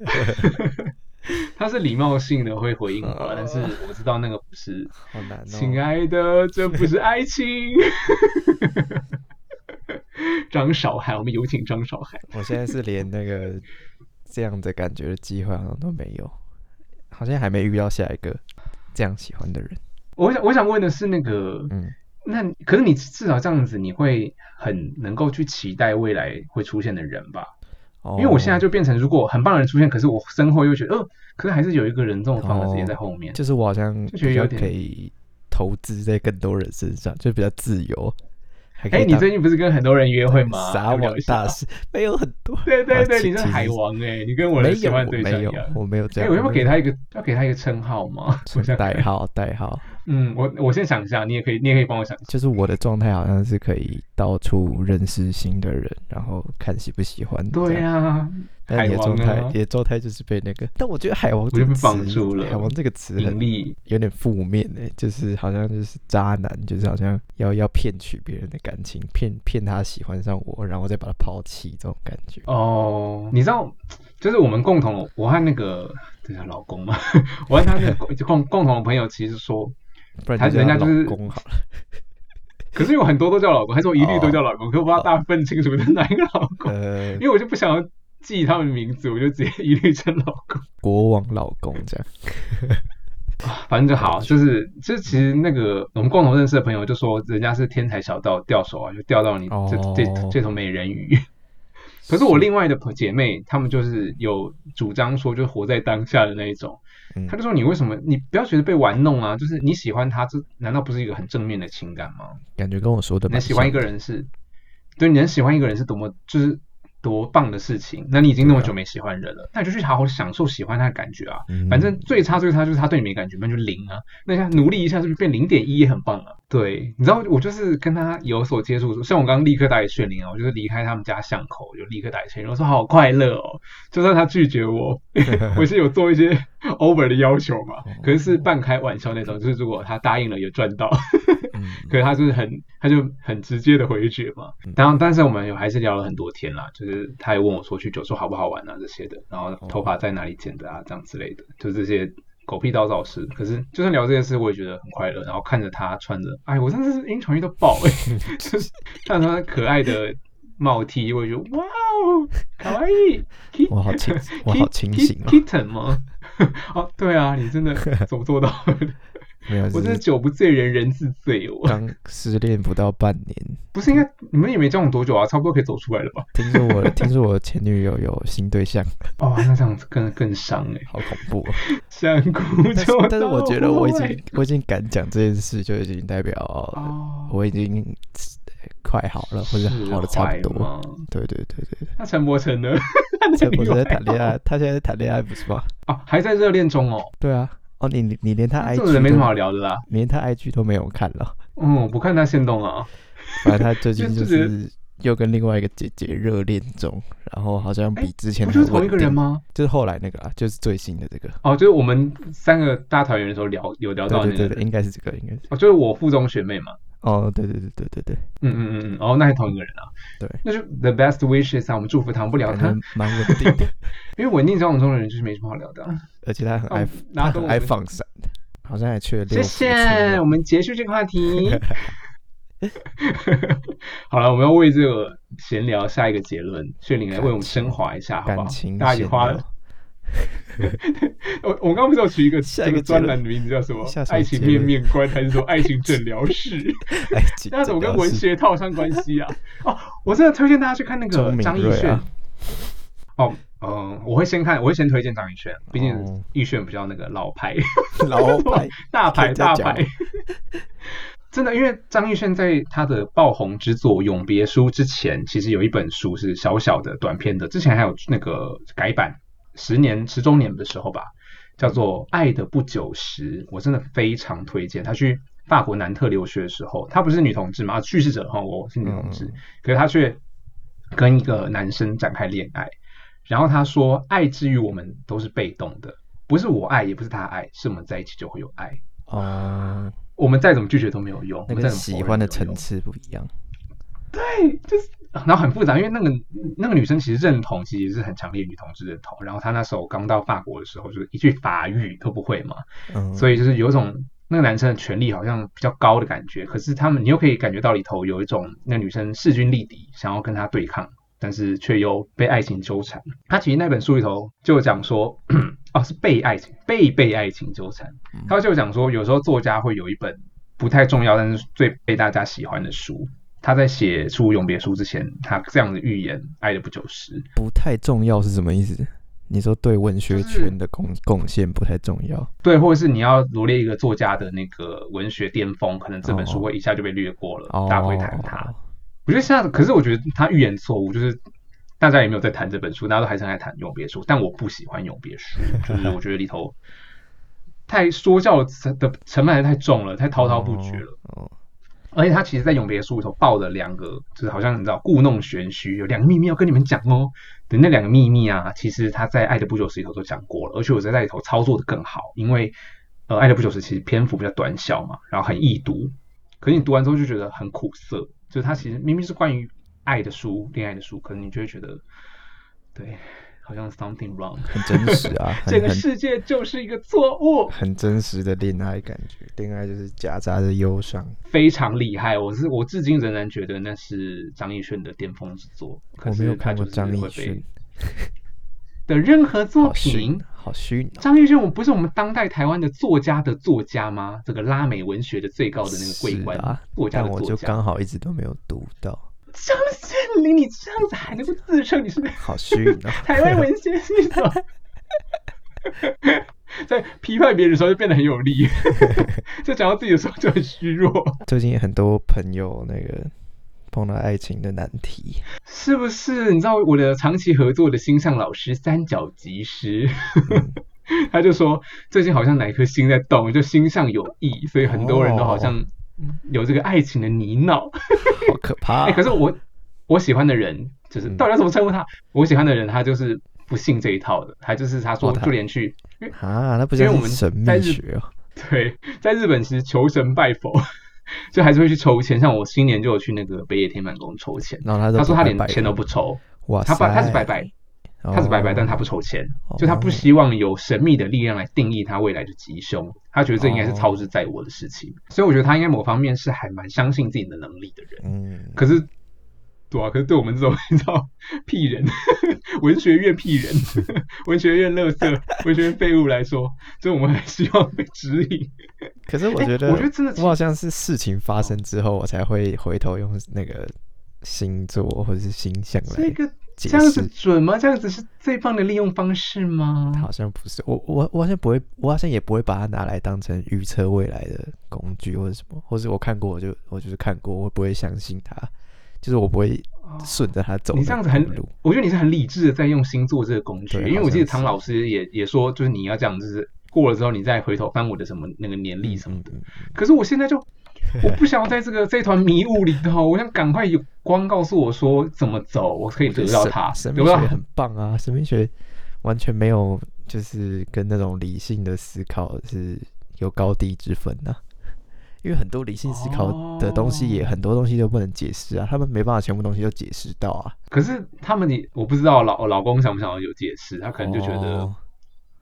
Speaker 1: [LAUGHS] 他是礼貌性的会回应我，但是我知道那个不是。
Speaker 2: 好难哦。
Speaker 1: 亲爱的，这不是爱 [LAUGHS] 情。张韶涵，我们有请张韶涵。
Speaker 2: 我现在是连
Speaker 1: [LAUGHS]
Speaker 2: 那个这样的感觉的机会好像都没有，好像还没遇到下一个这样喜欢的人。
Speaker 1: 我想，我想问的是，那个，
Speaker 2: 嗯，
Speaker 1: 那可是你至少这样子，你会很能够去期待未来会出现的人吧？
Speaker 2: 哦、
Speaker 1: 因为我现在就变成，如果很棒的人出现，可是我身后又觉得，呃，可是还是有一个人这么棒的直接在后面。
Speaker 2: 就是我好像
Speaker 1: 就觉得
Speaker 2: 比较
Speaker 1: 有点
Speaker 2: 可以投资在更多人身上，就比较自由。还可
Speaker 1: 哎、
Speaker 2: 以
Speaker 1: 你
Speaker 2: 当
Speaker 1: 最近不是跟很多人约会吗？
Speaker 2: 撒
Speaker 1: 要不要
Speaker 2: 网
Speaker 1: 一下
Speaker 2: 大师没有很多，
Speaker 1: 对对对，
Speaker 2: 啊其
Speaker 1: 你是
Speaker 2: 其实
Speaker 1: 海王哎、你跟我
Speaker 2: 没
Speaker 1: 的喜
Speaker 2: 有
Speaker 1: 欢
Speaker 2: 我
Speaker 1: 的对象
Speaker 2: 没
Speaker 1: 一
Speaker 2: 有
Speaker 1: 样。
Speaker 2: 我没有这
Speaker 1: 哎、
Speaker 2: 样。
Speaker 1: 我要不要给
Speaker 2: 他
Speaker 1: 他一个，要给他一个称号
Speaker 2: [LAUGHS]
Speaker 1: 吗？我想
Speaker 2: 代号代号？
Speaker 1: 嗯，我我先想一下，你也可以，你也可以帮我想一下。
Speaker 2: 就是我的状态好像是可以到处认识新的人，然后看喜不喜欢。
Speaker 1: 对
Speaker 2: 呀、
Speaker 1: 呀、
Speaker 2: 但
Speaker 1: 海
Speaker 2: 你的状
Speaker 1: 王
Speaker 2: 态，
Speaker 1: 啊
Speaker 2: 你，的状态就是被那个，但我觉得“海王”
Speaker 1: 我
Speaker 2: 这
Speaker 1: 就
Speaker 2: 个
Speaker 1: 被绑
Speaker 2: 词
Speaker 1: 住了嗯
Speaker 2: 海王这个词
Speaker 1: 盈
Speaker 2: 很
Speaker 1: 利，
Speaker 2: 有点负面诶、就是好像就是渣男，就是好像要要骗取别人的感情，骗骗他喜欢上我，然后再把他抛弃这种感觉。
Speaker 1: 哦，你知道，就是我们共同，我和那个这叫老公嘛， [LAUGHS] 我和他那个共共同的朋友，其实说，
Speaker 2: 不
Speaker 1: 他
Speaker 2: 然就
Speaker 1: 人
Speaker 2: 叫他
Speaker 1: 家就是
Speaker 2: 老公好了。
Speaker 1: 可是有很多都叫老公，还是我一律都叫老公，可我不知道
Speaker 2: 哦
Speaker 1: 大家分清楚是哪一个老
Speaker 2: [LAUGHS]
Speaker 1: 公，
Speaker 2: 呃
Speaker 1: 因，为我就不想要记他们的名字，我就直接一律称老公。
Speaker 2: 国王老公这样。
Speaker 1: 反正就好，就是就是其实那个我们共同认识的朋友就说，人家是天才小盗钓手啊，就钓到你这、
Speaker 2: 哦
Speaker 1: 这这头美人
Speaker 2: [LAUGHS]
Speaker 1: 鱼。可是我另外的朋姐妹，她们就是有主张说，就是活在当下的那一种。
Speaker 2: 嗯
Speaker 1: 她就说：“你为什么？你不要觉得被玩弄啊！就是你喜欢他，这难道不是一个很正面的情感吗？
Speaker 2: 感觉跟我说的
Speaker 1: 能
Speaker 2: 蛮
Speaker 1: 喜欢一
Speaker 2: 像
Speaker 1: 个人是，对，你能喜欢一个人是多么就是多棒的事情。那你已经
Speaker 2: 啊
Speaker 1: 那么久没喜欢人了，那你就去好好享受喜欢他的感觉啊！
Speaker 2: 嗯
Speaker 1: 反正最差最差就是他对你没感觉，那就零啊。那像努力一下，是不是变零点一也很棒啊？对，你知道我就是跟他有所接触，像我刚刚立刻打给炫灵啊，我就是离开他们家巷口，我就立刻打给炫灵，我说好快乐哦。就算他拒绝我，我是有做一些 [LAUGHS] over 的要求嘛，可是是半开玩笑那种，就是如果他答应了也赚到，
Speaker 2: 嗯
Speaker 1: 可是他就是很，他就很直接的回绝嘛。当然，但是我们有还是聊了很多天啦，就是他也问我说去九州好不好玩啊这些的，然后
Speaker 2: 哦
Speaker 1: 头发在哪里剪的啊这样之类的，就这些狗屁叨叨事。可是就算聊这些事，我也觉得很快乐。然后看着他穿着，哎，我真的是晕船晕到爆
Speaker 2: [LAUGHS]
Speaker 1: 哎、就是看着他可爱的帽 T，我也觉得哇哦，卡哇伊，
Speaker 2: 我好清，我好清醒
Speaker 1: k i
Speaker 2: 哦，
Speaker 1: t t e n 吗？ [LAUGHS] 哦，对啊，你真的怎么做到
Speaker 2: [LAUGHS]
Speaker 1: 的？
Speaker 2: [LAUGHS] 没有，
Speaker 1: 我
Speaker 2: 就
Speaker 1: 真的
Speaker 2: 是
Speaker 1: 酒不醉人人自醉哦。
Speaker 2: 刚失恋不到半年。
Speaker 1: 不是应该你们也没交往多久啊，差不多可以走出来了吧？
Speaker 2: 听说我，听说我前女友有新对象，
Speaker 1: 哦，那这样子更更伤哎、
Speaker 2: 好恐怖、哦。
Speaker 1: 想哭 [LAUGHS]
Speaker 2: 但是
Speaker 1: 就
Speaker 2: 但是我觉得我已
Speaker 1: 到 [LAUGHS] 位
Speaker 2: 经我已经敢讲这件事，就已经代表
Speaker 1: 哦，
Speaker 2: 我已经呃快好了，或者好的差不多。
Speaker 1: 多。
Speaker 2: 对对对对对，
Speaker 1: 啊那陈柏诚呢？
Speaker 2: 这不是在谈恋
Speaker 1: 爱
Speaker 2: 爱，他现在在谈恋爱不是吗？
Speaker 1: [LAUGHS] 哦，还在热恋中哦。
Speaker 2: 对啊，哦，你你你连他
Speaker 1: 那
Speaker 2: IG
Speaker 1: 这种人没什么好
Speaker 2: 都
Speaker 1: 聊的啦。
Speaker 2: 连他 IG 都没有看了，
Speaker 1: 嗯，我不看他现动啊。
Speaker 2: 反正他最近
Speaker 1: [LAUGHS] 就
Speaker 2: 就是是又跟另外一个姐姐热恋中，然后好像
Speaker 1: 哎
Speaker 2: 比之前
Speaker 1: 不就是
Speaker 2: 还
Speaker 1: 同
Speaker 2: 稳
Speaker 1: 一个人
Speaker 2: 定？
Speaker 1: 吗？
Speaker 2: 就是后来那个啊，就是最新的这个，
Speaker 1: 哦，就是我们三个大团圆的时候聊有聊到
Speaker 2: 对
Speaker 1: 哦那
Speaker 2: 对对
Speaker 1: 个。
Speaker 2: 对，应该是这个，应该是
Speaker 1: 哦，就是我附中学妹嘛。
Speaker 2: 哦，对对对对对对，
Speaker 1: 嗯嗯嗯嗯，哦，那还同一个人啊。
Speaker 2: 对，嗯
Speaker 1: 那就 the best wishes 啊，我们祝福他，我们不聊
Speaker 2: 感
Speaker 1: 他，
Speaker 2: 觉蛮稳定的， [LAUGHS]
Speaker 1: 因为稳定交往中的人就是没什么好聊的啊、哦
Speaker 2: 而且他很
Speaker 1: 那我
Speaker 2: 爱
Speaker 1: 们拿
Speaker 2: 他
Speaker 1: 走
Speaker 2: 很
Speaker 1: 我
Speaker 2: 爱
Speaker 1: 们
Speaker 2: 放闪，好像还去了
Speaker 1: 谢
Speaker 2: 六福
Speaker 1: 谢，我
Speaker 2: 村
Speaker 1: 们结束这个话
Speaker 2: [LAUGHS]
Speaker 1: 题。好了，我们要为这个闲聊下一个结论，炫灵来为我们升华一下，好不好
Speaker 2: 感？情
Speaker 1: 大家也
Speaker 2: 闲
Speaker 1: 花
Speaker 2: 聊
Speaker 1: 了，我我刚刚不是有取一个
Speaker 2: 下
Speaker 1: 这
Speaker 2: 一个
Speaker 1: 个
Speaker 2: 结论
Speaker 1: 专栏的名字叫什么
Speaker 2: 下？什么
Speaker 1: 爱情
Speaker 2: 结论
Speaker 1: 面面观还是说爱情诊疗
Speaker 2: [LAUGHS]
Speaker 1: 室？
Speaker 2: 爱
Speaker 1: [LAUGHS]
Speaker 2: 情
Speaker 1: 那怎么跟
Speaker 2: 诊疗
Speaker 1: 文
Speaker 2: 室
Speaker 1: 学套上关系啊？哦，我真的推荐大家去看那
Speaker 2: 钟
Speaker 1: 个
Speaker 2: 明
Speaker 1: 张艺
Speaker 2: 瑞
Speaker 1: 炫
Speaker 2: 啊。
Speaker 1: 哦，嗯，我会先看，我会先推荐张艺炫，毕
Speaker 2: 哦
Speaker 1: 竟艺炫比较那个老牌。
Speaker 2: [LAUGHS]
Speaker 1: [LAUGHS]
Speaker 2: 老板
Speaker 1: 大牌
Speaker 2: 可以这样
Speaker 1: 大
Speaker 2: 讲
Speaker 1: 牌， [LAUGHS] 真的，因为张艺轩在他的爆红之作《永别书》之前，其实有一本书是小小的短篇的，之前还有那个改版，十年十周年的时候吧，叫做《爱的不久时》，我真的非常推荐。她去法国南特留学的时候，她不是女同志嘛，啊去世者哈，我是女同志，
Speaker 2: 嗯
Speaker 1: 可是她却跟一个男生展开恋爱。然后她说，爱之于我们都是被动的，不是我爱，也不是他爱，是我们在一起就会有爱。
Speaker 2: 哦，
Speaker 1: 我们再怎么拒绝都没有用，
Speaker 2: 那
Speaker 1: 我们再
Speaker 2: 个
Speaker 1: 怎么否
Speaker 2: 喜
Speaker 1: 认
Speaker 2: 欢的
Speaker 1: 都没有
Speaker 2: 层
Speaker 1: 用
Speaker 2: 次不一样。
Speaker 1: 对，就是然后很复杂，因为那个那个女生其实认同，其实是很强烈女同志认同。然后她那时候刚到法国的时候，就是一句法语都不会嘛，
Speaker 2: 嗯，
Speaker 1: 所
Speaker 2: 以
Speaker 1: 以就是有一种那个男生的权力好像比较高的感觉。可是他们，你又可以感觉到里头有一种那女生势均力敌，想要跟他对抗，但是却又被爱情纠缠。他其实那本书里头就讲说，哦，是被爱情，被被爱情纠缠。他就讲说，有时候作家会有一本不太重要，但是最被大家喜欢的书。他在写出永别书之前，他这样的预言《爱的不久时》，
Speaker 2: 不太重要是什么意思？你说对文学
Speaker 1: 就是
Speaker 2: 圈的贡贡献不太重要？
Speaker 1: 对，或者是你要罗列一个作家的那个文学巅峰，可能这本书
Speaker 2: 哦
Speaker 1: 会一下就被略过了，
Speaker 2: 哦，
Speaker 1: 大家不会谈它。我觉得现在，可是我觉得他预言错误，就是大家也没有在谈这本书，大家都还是在谈《永别书》，但我不喜欢《永别
Speaker 2: [LAUGHS]
Speaker 1: 书》，就是我觉得里头太说教的成分还是太重了，太滔滔不绝了。
Speaker 2: 哦。哦，
Speaker 1: 而且他其实，在《永别书》里头抱的两个，就是好像你知道故弄玄虚，有两个秘密要跟你们讲哦。的那两个秘密啊，其实他在《爱的不久时》里头都讲过了，而且我在那里头操作的更好，因为呃，《爱的不久时》其实篇幅比较短小嘛，然后很易读，可是你读完之后就觉得很苦涩，就是它其实明明是关于爱的书、恋爱的书，可能你就会觉得，对，好像 something wrong，
Speaker 2: 很真实
Speaker 1: [LAUGHS]
Speaker 2: 啊，
Speaker 1: 这
Speaker 2: 很
Speaker 1: 个
Speaker 2: 很
Speaker 1: 世界就是一个错误。
Speaker 2: 很真实的恋爱感觉，恋爱就是夹杂着忧伤。
Speaker 1: 非常厉害，我是我至今仍然觉得那是张艺轩的巅峰之作。可
Speaker 2: 我没
Speaker 1: 是
Speaker 2: 有
Speaker 1: 他
Speaker 2: 看
Speaker 1: 就
Speaker 2: 过
Speaker 1: 是
Speaker 2: 张
Speaker 1: 会
Speaker 2: 艺
Speaker 1: 被
Speaker 2: 轩，
Speaker 1: 的任何作
Speaker 2: 好虚
Speaker 1: 品。，
Speaker 2: 好虚，
Speaker 1: 张艺轩，我不是我们当代台湾的作家的作家吗？这个拉美文学的最高的那个桂
Speaker 2: 是
Speaker 1: 冠，
Speaker 2: 啊，
Speaker 1: 作家
Speaker 2: 但
Speaker 1: 的
Speaker 2: 我
Speaker 1: 作
Speaker 2: 就
Speaker 1: 家。
Speaker 2: 刚好一直都没有读到，
Speaker 1: 张胜林，你这样子还能够自称你是！
Speaker 2: 好虚啊
Speaker 1: [LAUGHS] 台湾文学系
Speaker 2: [LAUGHS]
Speaker 1: 统？在批判别人的时候就变得很有
Speaker 2: [LAUGHS]
Speaker 1: 力，就讲到自己的时候就很虚弱。
Speaker 2: 最近很多朋友那个碰到爱情的难题，
Speaker 1: 是不是？你知道我的长期合作的星象老师三角吉师，[LAUGHS]
Speaker 2: 嗯
Speaker 1: 他就说最近好像哪一颗星在动，就星象有异，所以很多人都好像
Speaker 2: 哦
Speaker 1: 有这个爱情的泥淖。
Speaker 2: 好可怕、
Speaker 1: [LAUGHS] 哎、可是我我喜欢的人，就是
Speaker 2: 啊嗯
Speaker 1: 到底要怎么称呼他？我喜欢的人，他就是不信这一套的，他就是他说
Speaker 2: 哦他
Speaker 1: 就连去
Speaker 2: 啊，那不
Speaker 1: 因为我
Speaker 2: 就
Speaker 1: 们
Speaker 2: 是神
Speaker 1: 在
Speaker 2: 秘
Speaker 1: 日
Speaker 2: 学哦？
Speaker 1: [LAUGHS] 对，在日本其实求神拜佛，就还是会去抽签。像我新年就有去那个北野天满宫抽签，
Speaker 2: 然后他
Speaker 1: 他说他
Speaker 2: 拜
Speaker 1: 连
Speaker 2: 拜
Speaker 1: 签都
Speaker 2: 了
Speaker 1: 不，抽，
Speaker 2: 哇
Speaker 1: 他
Speaker 2: 塞，
Speaker 1: 拜他是拜拜。
Speaker 2: 哦，
Speaker 1: 他是白白，但他不抽签，
Speaker 2: 哦
Speaker 1: 就他不希望有神秘的力量来定义他未来的吉凶，他觉得这应该是操之在我的事
Speaker 2: 哦
Speaker 1: 情，所以我觉得他应该某方面是还蛮相信自己的能力的人。
Speaker 2: 嗯，
Speaker 1: 可是，对啊，可是对我们这种 [LAUGHS] 你知道屁人， [LAUGHS] 文学院屁人， [LAUGHS] 文学院垃圾，文学院废物来说，所以我们还希望被指引。
Speaker 2: 可是我
Speaker 1: 哎
Speaker 2: 觉得，
Speaker 1: 我觉得真的其
Speaker 2: 我好像是事情发生之后，我才会回头用那个星座或者是星象
Speaker 1: 这
Speaker 2: 来
Speaker 1: 个
Speaker 2: 解
Speaker 1: 这样子
Speaker 2: 释。
Speaker 1: 准吗？这样子是最棒的利用方式吗？
Speaker 2: 好像不是，我我我好像不会，我好像也不会把它拿来当成预测未来的工具或者什么，或是我看过我就我就是看过，我不会相信它，就是我不会
Speaker 1: 哦
Speaker 2: 顺着它走。
Speaker 1: 你这样子很
Speaker 2: 路，
Speaker 1: 我觉得你是很理智的在用星座这个工具，
Speaker 2: 对
Speaker 1: 因为我记得
Speaker 2: 好像是
Speaker 1: 唐老师也也说，就是你要这样，就是过了之后你再回头翻我的什么那个年历什么
Speaker 2: 嗯
Speaker 1: 的。
Speaker 2: 嗯，
Speaker 1: 可是我现在就我不想要在这个这团迷雾里头，我想赶快有光告诉我说怎么走，我可以得到它，
Speaker 2: 神
Speaker 1: 得不
Speaker 2: 神秘
Speaker 1: 到
Speaker 2: 学很棒啊，神秘学完全没有就是跟那种理性的思考是有高低之分呐、因为很多理性思考的东西也
Speaker 1: 哦
Speaker 2: 很多东西都不能解释啊，他们没办法全部东西都解释到啊。
Speaker 1: 可是他们你我不知道老我老公想不想要有解释，他可能就觉得
Speaker 2: 哦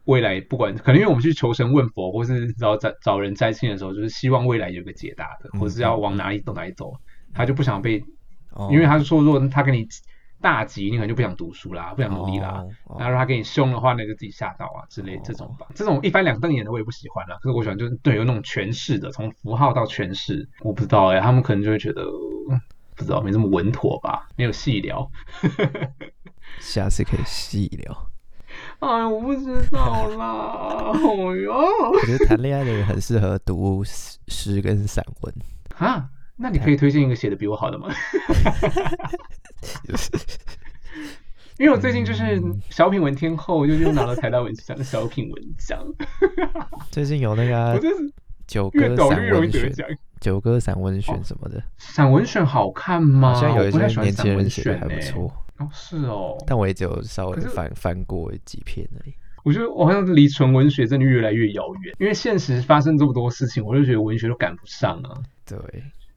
Speaker 1: 未来不管，可能因为我们去求神问佛，或是找找找人占星的时候，就是希望未来有个解答的，
Speaker 2: 嗯
Speaker 1: 或是要往哪里走哪里走，他就不想被
Speaker 2: 哦
Speaker 1: 因为他说，如果他跟你大急，你可能就不想读书啦，不想努力啦。啊
Speaker 2: 哦哦
Speaker 1: 那如果他跟你凶的话，那就自己吓到啊之类这种吧。这种一翻两瞪眼的我也不喜欢啦。可是我喜欢就是对有那种诠释的，从符号到诠释，我不知道哎、他们可能就会觉得嗯不知道没这么稳妥吧，没有细聊。
Speaker 2: 下次可以细聊。
Speaker 1: 哎，我不知道啦， [LAUGHS] 哦哟
Speaker 2: 我觉得谈恋爱的人很适合读诗诗跟散文，
Speaker 1: 啊，那
Speaker 2: [LAUGHS]
Speaker 1: 你可以推荐一个写的比我好的吗？
Speaker 2: 就是
Speaker 1: 因为为我最近就是
Speaker 2: 嗯
Speaker 1: 小品文天后，就是又拿了台大文奖、小品文奖，
Speaker 2: 最近有那个啊
Speaker 1: 我真是
Speaker 2: 九
Speaker 1: 越
Speaker 2: 歌
Speaker 1: 抖
Speaker 2: 散
Speaker 1: 越容易
Speaker 2: 文
Speaker 1: 得
Speaker 2: 选，
Speaker 1: 奖。
Speaker 2: 九歌散文选
Speaker 1: 哦
Speaker 2: 什么的，
Speaker 1: 散文选好看吗？
Speaker 2: 好像有一
Speaker 1: 我不太喜
Speaker 2: 些
Speaker 1: 欢
Speaker 2: 年
Speaker 1: 散
Speaker 2: 轻
Speaker 1: 文
Speaker 2: 人写
Speaker 1: 选
Speaker 2: 的还不
Speaker 1: 欸
Speaker 2: 错，
Speaker 1: 哦，是哦，
Speaker 2: 但我也只有稍微
Speaker 1: 可是
Speaker 2: 翻翻过几篇而已。
Speaker 1: 我觉得我好像离纯文学真的越来越遥远，因为现实发生这么多事情，我就觉得文学都赶不上啊。
Speaker 2: 对，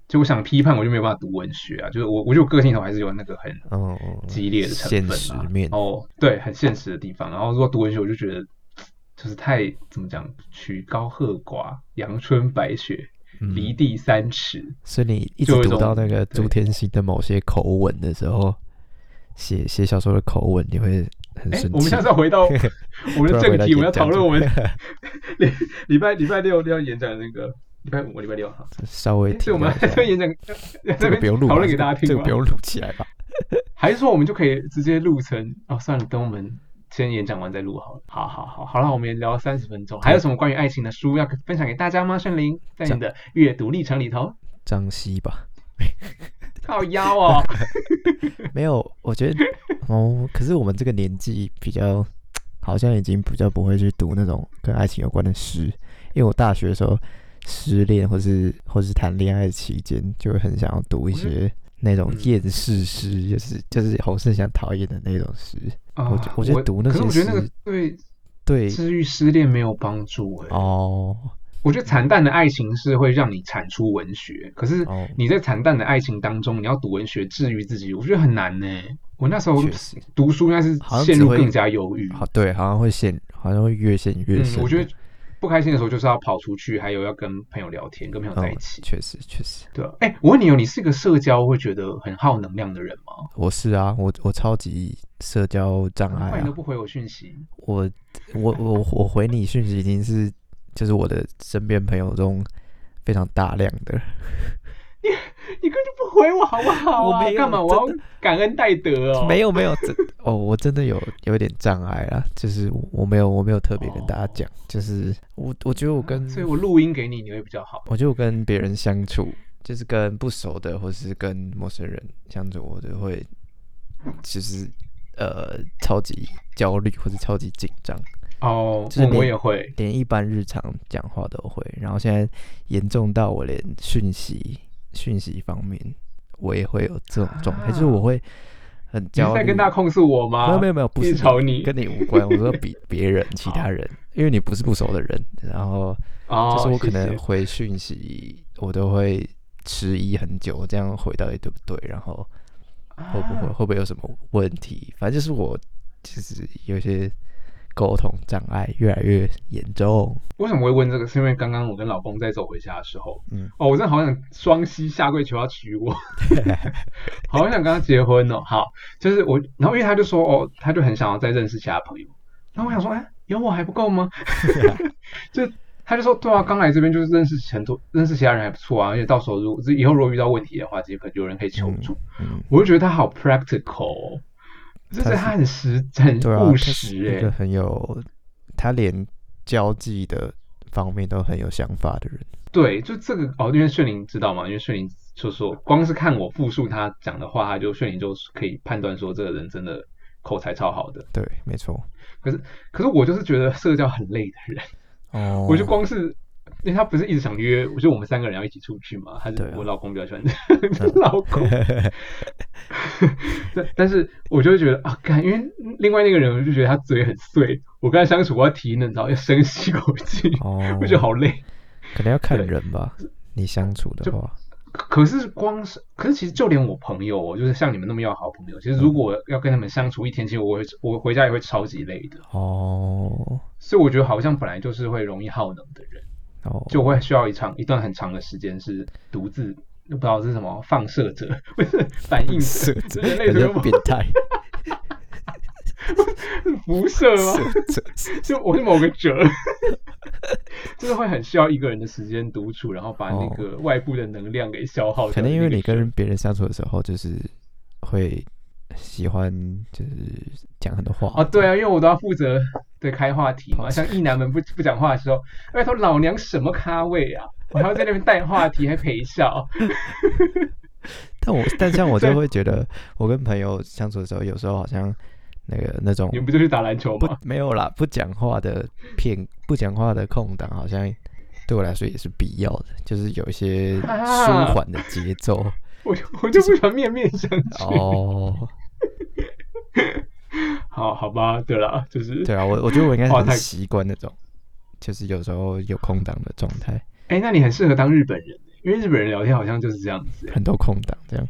Speaker 1: 就我想批判，我就没有办法读文学啊。就是我，我觉得我个性头还是有那个很
Speaker 2: 嗯，
Speaker 1: 激烈的成分
Speaker 2: 现
Speaker 1: 啊，
Speaker 2: 实面
Speaker 1: 然后对很现实的地方。然后如果读文学，我就觉得就是太怎么讲，曲高和寡，阳春白雪，
Speaker 2: 嗯
Speaker 1: 离地三尺。
Speaker 2: 所以你一直
Speaker 1: 就有一
Speaker 2: 读到
Speaker 1: 种
Speaker 2: 那个
Speaker 1: 对
Speaker 2: 朱天心的某些口吻的时候，写写小说的口吻，你会很
Speaker 1: 哎、
Speaker 2: 生
Speaker 1: 我们
Speaker 2: 气
Speaker 1: 现。在回
Speaker 2: [LAUGHS]
Speaker 1: 到我们的
Speaker 2: 突然回
Speaker 1: 正
Speaker 2: 到
Speaker 1: 题，我们要
Speaker 2: 演讲
Speaker 1: 讨论
Speaker 2: [LAUGHS]
Speaker 1: 我们
Speaker 2: 这
Speaker 1: 礼礼拜礼拜六要演讲的那个。礼拜哦五，我礼拜六哈，
Speaker 2: 稍微
Speaker 1: 哎
Speaker 2: 提
Speaker 1: 所以我们
Speaker 2: 到一下
Speaker 1: 还在演讲，
Speaker 2: 这个不用录吧，
Speaker 1: 讨论给大家听
Speaker 2: 这
Speaker 1: 吧。
Speaker 2: 个不用录起来吧？
Speaker 1: 还是说我们就可以直接录成？哦，算了，等我们先演讲完再录好了。好好好，好了，我们也聊了三十分钟。还有什么关于爱情的书要分享给大家吗？圣灵，在你的阅读历程里头，
Speaker 2: 张希吧，
Speaker 1: 靠腰哦。
Speaker 2: 没有，我觉得哦，可是我们这个年纪比较，好像已经比较不会去读那种跟爱情有关的诗，因为我大学的时候失恋或是或是谈恋爱期间，就会很想要读一
Speaker 1: 我觉
Speaker 2: 些那种
Speaker 1: 嗯
Speaker 2: 厌世诗，就是就是侯胜祥讨厌的那种诗。我觉
Speaker 1: 啊
Speaker 2: 我觉得读那
Speaker 1: 可是
Speaker 2: 些
Speaker 1: 我觉得那个
Speaker 2: 诗
Speaker 1: 对
Speaker 2: 对，
Speaker 1: 治愈失恋没有帮助哎、
Speaker 2: 哦
Speaker 1: 我觉得惨淡的爱情是会让你产出文学，可是
Speaker 2: 哦，
Speaker 1: 你在惨淡的爱情当中，你要读文学治愈自己，我觉得很难呢、欸我那时候
Speaker 2: 确实，
Speaker 1: 读书应该是
Speaker 2: 好像
Speaker 1: 陷
Speaker 2: 只
Speaker 1: 入
Speaker 2: 会
Speaker 1: 更加忧郁。
Speaker 2: 好对，好像会陷，好像会越陷越深的。
Speaker 1: 嗯。我觉得不开心的时候就是要跑出去，还有要跟朋友聊天，跟朋友在一
Speaker 2: 嗯
Speaker 1: 起。
Speaker 2: 确实确实，
Speaker 1: 对啊，哎、我问你哦，你是个社交会觉得很耗能量的人吗？
Speaker 2: 我是啊，我我超级社交障
Speaker 1: 难
Speaker 2: 碍
Speaker 1: 怪哦
Speaker 2: 啊
Speaker 1: 你都，不回我讯息。
Speaker 2: 我我我我回你讯息已经是就是我的身边朋友中非常大量的，
Speaker 1: 你根本就不回我，好不好啊、
Speaker 2: 我没有
Speaker 1: 干嘛？我要感恩戴德哦。
Speaker 2: [LAUGHS] 没有没有真哦，我真的有有一点障碍啦，就是我我没有我没有特别跟大家讲，就是我我觉得我跟
Speaker 1: 所以我录音给你，你会比较好。
Speaker 2: 我觉得我跟别人相处，就是跟不熟的或是跟陌生人相处，我就会其实呃超级焦虑或是超级紧张，
Speaker 1: 哦
Speaker 2: 就是，
Speaker 1: 我
Speaker 2: 你
Speaker 1: 我也会。
Speaker 2: 连一般日常讲话都会。然后现在严重到我连讯息讯息方面，我也会有这种状态，就是我会很
Speaker 1: 你是
Speaker 2: 焦
Speaker 1: 在
Speaker 2: 虑。
Speaker 1: 跟大家控诉我吗？
Speaker 2: 没有没有没有，不是
Speaker 1: 一直吵你
Speaker 2: 跟你无关。我说比别人、其他人，因为你不是不熟的人，然后
Speaker 1: [LAUGHS] 哦，
Speaker 2: 就是我
Speaker 1: 谢
Speaker 2: 可
Speaker 1: 谢
Speaker 2: 能回讯息，我都会迟疑很久，这样回到底对不对？然后会不会、
Speaker 1: 啊
Speaker 2: 会不会有什么问题？反正就是我其实有些沟通障碍越来越严
Speaker 1: [LAUGHS]
Speaker 2: 重。
Speaker 1: 为什么会问这个？是因为刚刚我跟老公在走回家的时候，
Speaker 2: 嗯
Speaker 1: 嗯，哦，我真的好想双膝下跪求他娶
Speaker 2: [LAUGHS]
Speaker 1: 我，好想跟他结婚哦。好，就是我，然后因为他就说，哦，他就很想要再认识其他朋友，然后我想说，哎，有我还不够吗？就他就说，对啊，刚来这边就是认识很多，认识其他人还不错啊，而且到时候如果以后如果遇到问题的话，其实可有人可以求助。
Speaker 2: 嗯，
Speaker 1: 我就觉得他好 practical，、哦、就是
Speaker 2: 他是
Speaker 1: 他很实很
Speaker 2: 对啊，
Speaker 1: 务
Speaker 2: 他
Speaker 1: 实
Speaker 2: 是
Speaker 1: 哎、
Speaker 2: 一个很有，他连交际的方面都很有想法的人。
Speaker 1: 对，就这个哦，因为炫灵知道嘛，因为炫灵就说，光是看我复述他讲的话，他就炫灵就可以判断说这个人真的口才超好的。
Speaker 2: 对，没错。
Speaker 1: 可是我就是觉得社交很累的人，
Speaker 2: 哦，
Speaker 1: 我就光是。因为他不是一直想约，我就我们三个人要一起出去嘛。他是、
Speaker 2: 对啊
Speaker 1: 我老公比较喜欢 [LAUGHS] 老
Speaker 2: [LAUGHS]
Speaker 1: 公，但但是我就会觉得啊，干，因为另外那个人我就觉得他嘴很碎，我跟他相处我要提嫩，然后要深吸口气，
Speaker 2: 哦，
Speaker 1: 我觉得好累。
Speaker 2: 可能要看
Speaker 1: 对
Speaker 2: 人吧。你相处的
Speaker 1: 就
Speaker 2: 话，
Speaker 1: 可是光是，可是其实就连我朋友、哦，就是像你们那么要好的朋
Speaker 2: 嗯
Speaker 1: 友，其实如果要跟他们相处一天，其实我会我回家也会超级累的。
Speaker 2: 哦
Speaker 1: 所以我觉得好像本来就是会容易耗能的人，
Speaker 2: 哦，
Speaker 1: 就会需要一长一段很长的时间是独自，不知道是什么放射者， [LAUGHS] 不是反应
Speaker 2: 射
Speaker 1: 者，
Speaker 2: 者，
Speaker 1: 人类
Speaker 2: 感觉
Speaker 1: 图
Speaker 2: 变态，
Speaker 1: 辐射吗？[LAUGHS]
Speaker 2: 射者，
Speaker 1: 就我是某个
Speaker 2: [LAUGHS]
Speaker 1: 者，就是会很需要一个人的时间独处，然后把那个外部的能量给消耗掉。
Speaker 2: 哦可能因为你跟别人相处的时候，就是会喜欢就是讲很多话
Speaker 1: 哦，对啊，因为我都要负责对开话题嘛，像一男们不不讲话的时候，拜托老娘什么咖位啊，我还要在那边带话题，还陪笑。
Speaker 2: 但我但像我就会觉得，我跟朋友相处的时候，有时候好像那个那种
Speaker 1: 你们不就去打篮球 [LAUGHS]
Speaker 2: 不
Speaker 1: 吗？
Speaker 2: 没有啦，不讲话的片，不讲话的空档，好像对我来说也是必要的，就是有
Speaker 1: [LAUGHS]
Speaker 2: 一些舒
Speaker 1: 啊
Speaker 2: 缓的节
Speaker 1: [LAUGHS]
Speaker 2: 奏。
Speaker 1: 我就我就不喜欢面面相觑。
Speaker 2: 哦，
Speaker 1: 好好吧，对啦，就是
Speaker 2: 对啊，我我觉得我应该
Speaker 1: 哇太
Speaker 2: 很习惯那种，就是有时候有空档的状态，
Speaker 1: 哎、那你很适合当日本人，因为日本人聊天好像就是这样子。
Speaker 2: 很多空档这样。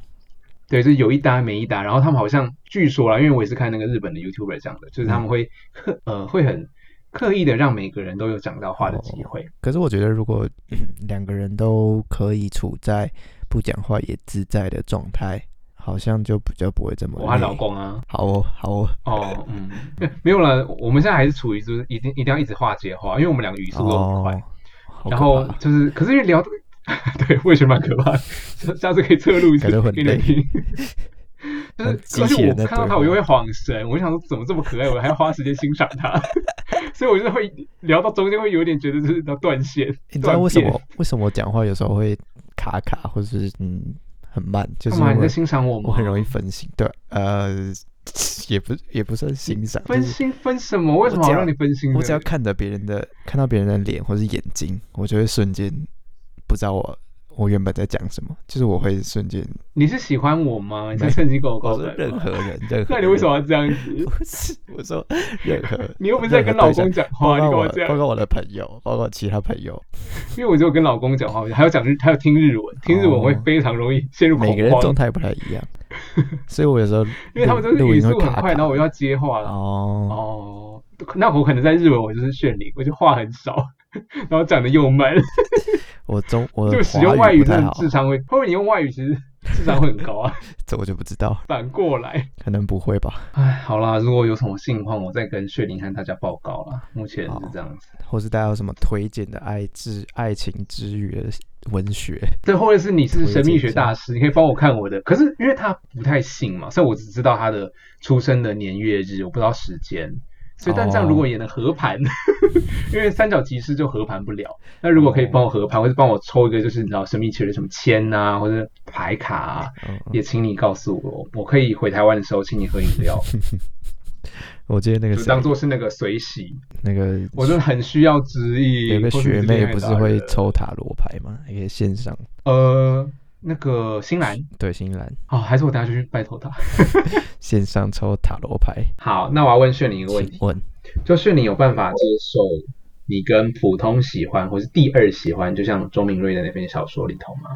Speaker 1: 对，就是有一搭没一搭，然后他们好像据说啦，因为我也是看那个日本的 YouTuber 讲的，就是他们会刻呃会很刻意的让每个人都有讲到话的机会。
Speaker 2: 可是我觉得，如果 [CLEARS THROAT] 两个人都可以处在不讲话也自在的状态，好像就比较不会这么。
Speaker 1: 我和老。公啊，
Speaker 2: 好哦，好哦，
Speaker 1: 哦，嗯，没有了，我们现在还是处于就是一定一定要一直话接话，因为我们两个语速都很快，
Speaker 2: 哦，好
Speaker 1: 然
Speaker 2: 可
Speaker 1: 后
Speaker 2: 怕
Speaker 1: 就是可是因为聊， [LAUGHS] 对我也觉得蛮可怕的， [LAUGHS] 下下次可以侧录一次
Speaker 2: 感觉很
Speaker 1: 给你们
Speaker 2: 累
Speaker 1: 听。就
Speaker 2: 很
Speaker 1: 是，
Speaker 2: 机
Speaker 1: 而
Speaker 2: 器
Speaker 1: 且我
Speaker 2: 人在
Speaker 1: 看到
Speaker 2: 对
Speaker 1: 他，我又
Speaker 2: 话
Speaker 1: 会晃神，我就想说怎么这么可爱，我还要花时间欣赏他， [LAUGHS] 所以我就会聊到中间会有点觉得就是要断线。
Speaker 2: 你知道为什
Speaker 1: 断
Speaker 2: 么为什么我讲话有时候会卡卡，或者是嗯很慢，就
Speaker 1: 片？
Speaker 2: 是
Speaker 1: 干嘛
Speaker 2: 因
Speaker 1: 你在
Speaker 2: 为
Speaker 1: 欣赏我吗？
Speaker 2: 我很容易分心。对，呃，也不也不算欣赏，
Speaker 1: 分
Speaker 2: 就是
Speaker 1: 心分什么？为什么
Speaker 2: 我
Speaker 1: 好
Speaker 2: 只要
Speaker 1: 让你分心呢？
Speaker 2: 我只要看着别人的看到别人的脸或是眼睛，我就会瞬间不知道我我原本在讲什么，就是我会瞬间，
Speaker 1: 你是喜欢我吗？你在
Speaker 2: 没
Speaker 1: 趁机跟我告
Speaker 2: 我说
Speaker 1: 白
Speaker 2: 任
Speaker 1: 吗？
Speaker 2: 何人任何
Speaker 1: 那
Speaker 2: 人，
Speaker 1: 你为什么要这样子？，
Speaker 2: 不是 [LAUGHS] 我说任何
Speaker 1: [LAUGHS] 你又不是在跟老公讲
Speaker 2: 包
Speaker 1: 话，你干
Speaker 2: 括
Speaker 1: 嘛
Speaker 2: 我
Speaker 1: 这
Speaker 2: 包
Speaker 1: 样？
Speaker 2: 括我的朋友，包括其他朋友，
Speaker 1: 因为我只有跟老公讲话，还有讲日，还有听日文，听日文会非常容易陷入恐
Speaker 2: 哦每个人状
Speaker 1: 慌，
Speaker 2: 态不太一
Speaker 1: [LAUGHS]
Speaker 2: 样，所以我有时候
Speaker 1: 因为他们都
Speaker 2: 录
Speaker 1: 是
Speaker 2: 录
Speaker 1: 语
Speaker 2: 音会
Speaker 1: 速很
Speaker 2: 卡
Speaker 1: 快，然后我
Speaker 2: 卡
Speaker 1: 又要接话了。
Speaker 2: 哦，
Speaker 1: 哦，那我可能在日文我就是炫灵，我就话很少，然后讲的又慢，
Speaker 2: 我中我
Speaker 1: 就
Speaker 2: 的
Speaker 1: 使用
Speaker 2: 呃华
Speaker 1: 外
Speaker 2: 语
Speaker 1: 语
Speaker 2: 不太
Speaker 1: 真的
Speaker 2: 好，
Speaker 1: 智商会，会不会你用外语其实智商会很高啊？
Speaker 2: [LAUGHS] 这我就不知道，
Speaker 1: 反过来，
Speaker 2: 可能不会吧，
Speaker 1: 哎，好啦，如果有什么情况，我再跟炫灵和大家报告啦。目前
Speaker 2: 好
Speaker 1: 是这样子，
Speaker 2: 或是大家有什么推荐的爱之爱情之语的文学？
Speaker 1: 对，或者是你是
Speaker 2: 推荐
Speaker 1: 神秘学
Speaker 2: 一下
Speaker 1: 大师，你可以帮我看我的，可是因为他不太信嘛，所以我只知道他的出生的年月日，我不知道时间。所以，但这样
Speaker 2: 哦
Speaker 1: 如果也能合盘 [LAUGHS] 因为三角集市就合盘不了。那如果可以
Speaker 2: 哦
Speaker 1: 帮我合盘，或者帮我抽一个，就是你知道神秘学的什么签啊，或者牌卡啊，
Speaker 2: 嗯，嗯
Speaker 1: 也请你告诉我，我可以回台湾的时候请你喝饮
Speaker 2: [LAUGHS]
Speaker 1: 料，
Speaker 2: 我记得那个
Speaker 1: 就
Speaker 2: 谁
Speaker 1: 当做是那个随喜。
Speaker 2: 那个
Speaker 1: 我真的很需要指引。
Speaker 2: 有个
Speaker 1: 或是
Speaker 2: 学
Speaker 1: 指
Speaker 2: 妹
Speaker 1: 点
Speaker 2: 不是
Speaker 1: 海达
Speaker 2: 会
Speaker 1: 人
Speaker 2: 抽塔罗牌吗？也可以线上
Speaker 1: 呃那个新兰
Speaker 2: 对新兰
Speaker 1: 哦，还是我等下就去拜托他。
Speaker 2: 线上抽塔罗牌，
Speaker 1: 好，那我要问炫你一个问
Speaker 2: 请
Speaker 1: 题，
Speaker 2: 问
Speaker 1: 就是你有办法接受你跟普通喜欢或是第二喜欢，就像钟明瑞的那篇小说里头嘛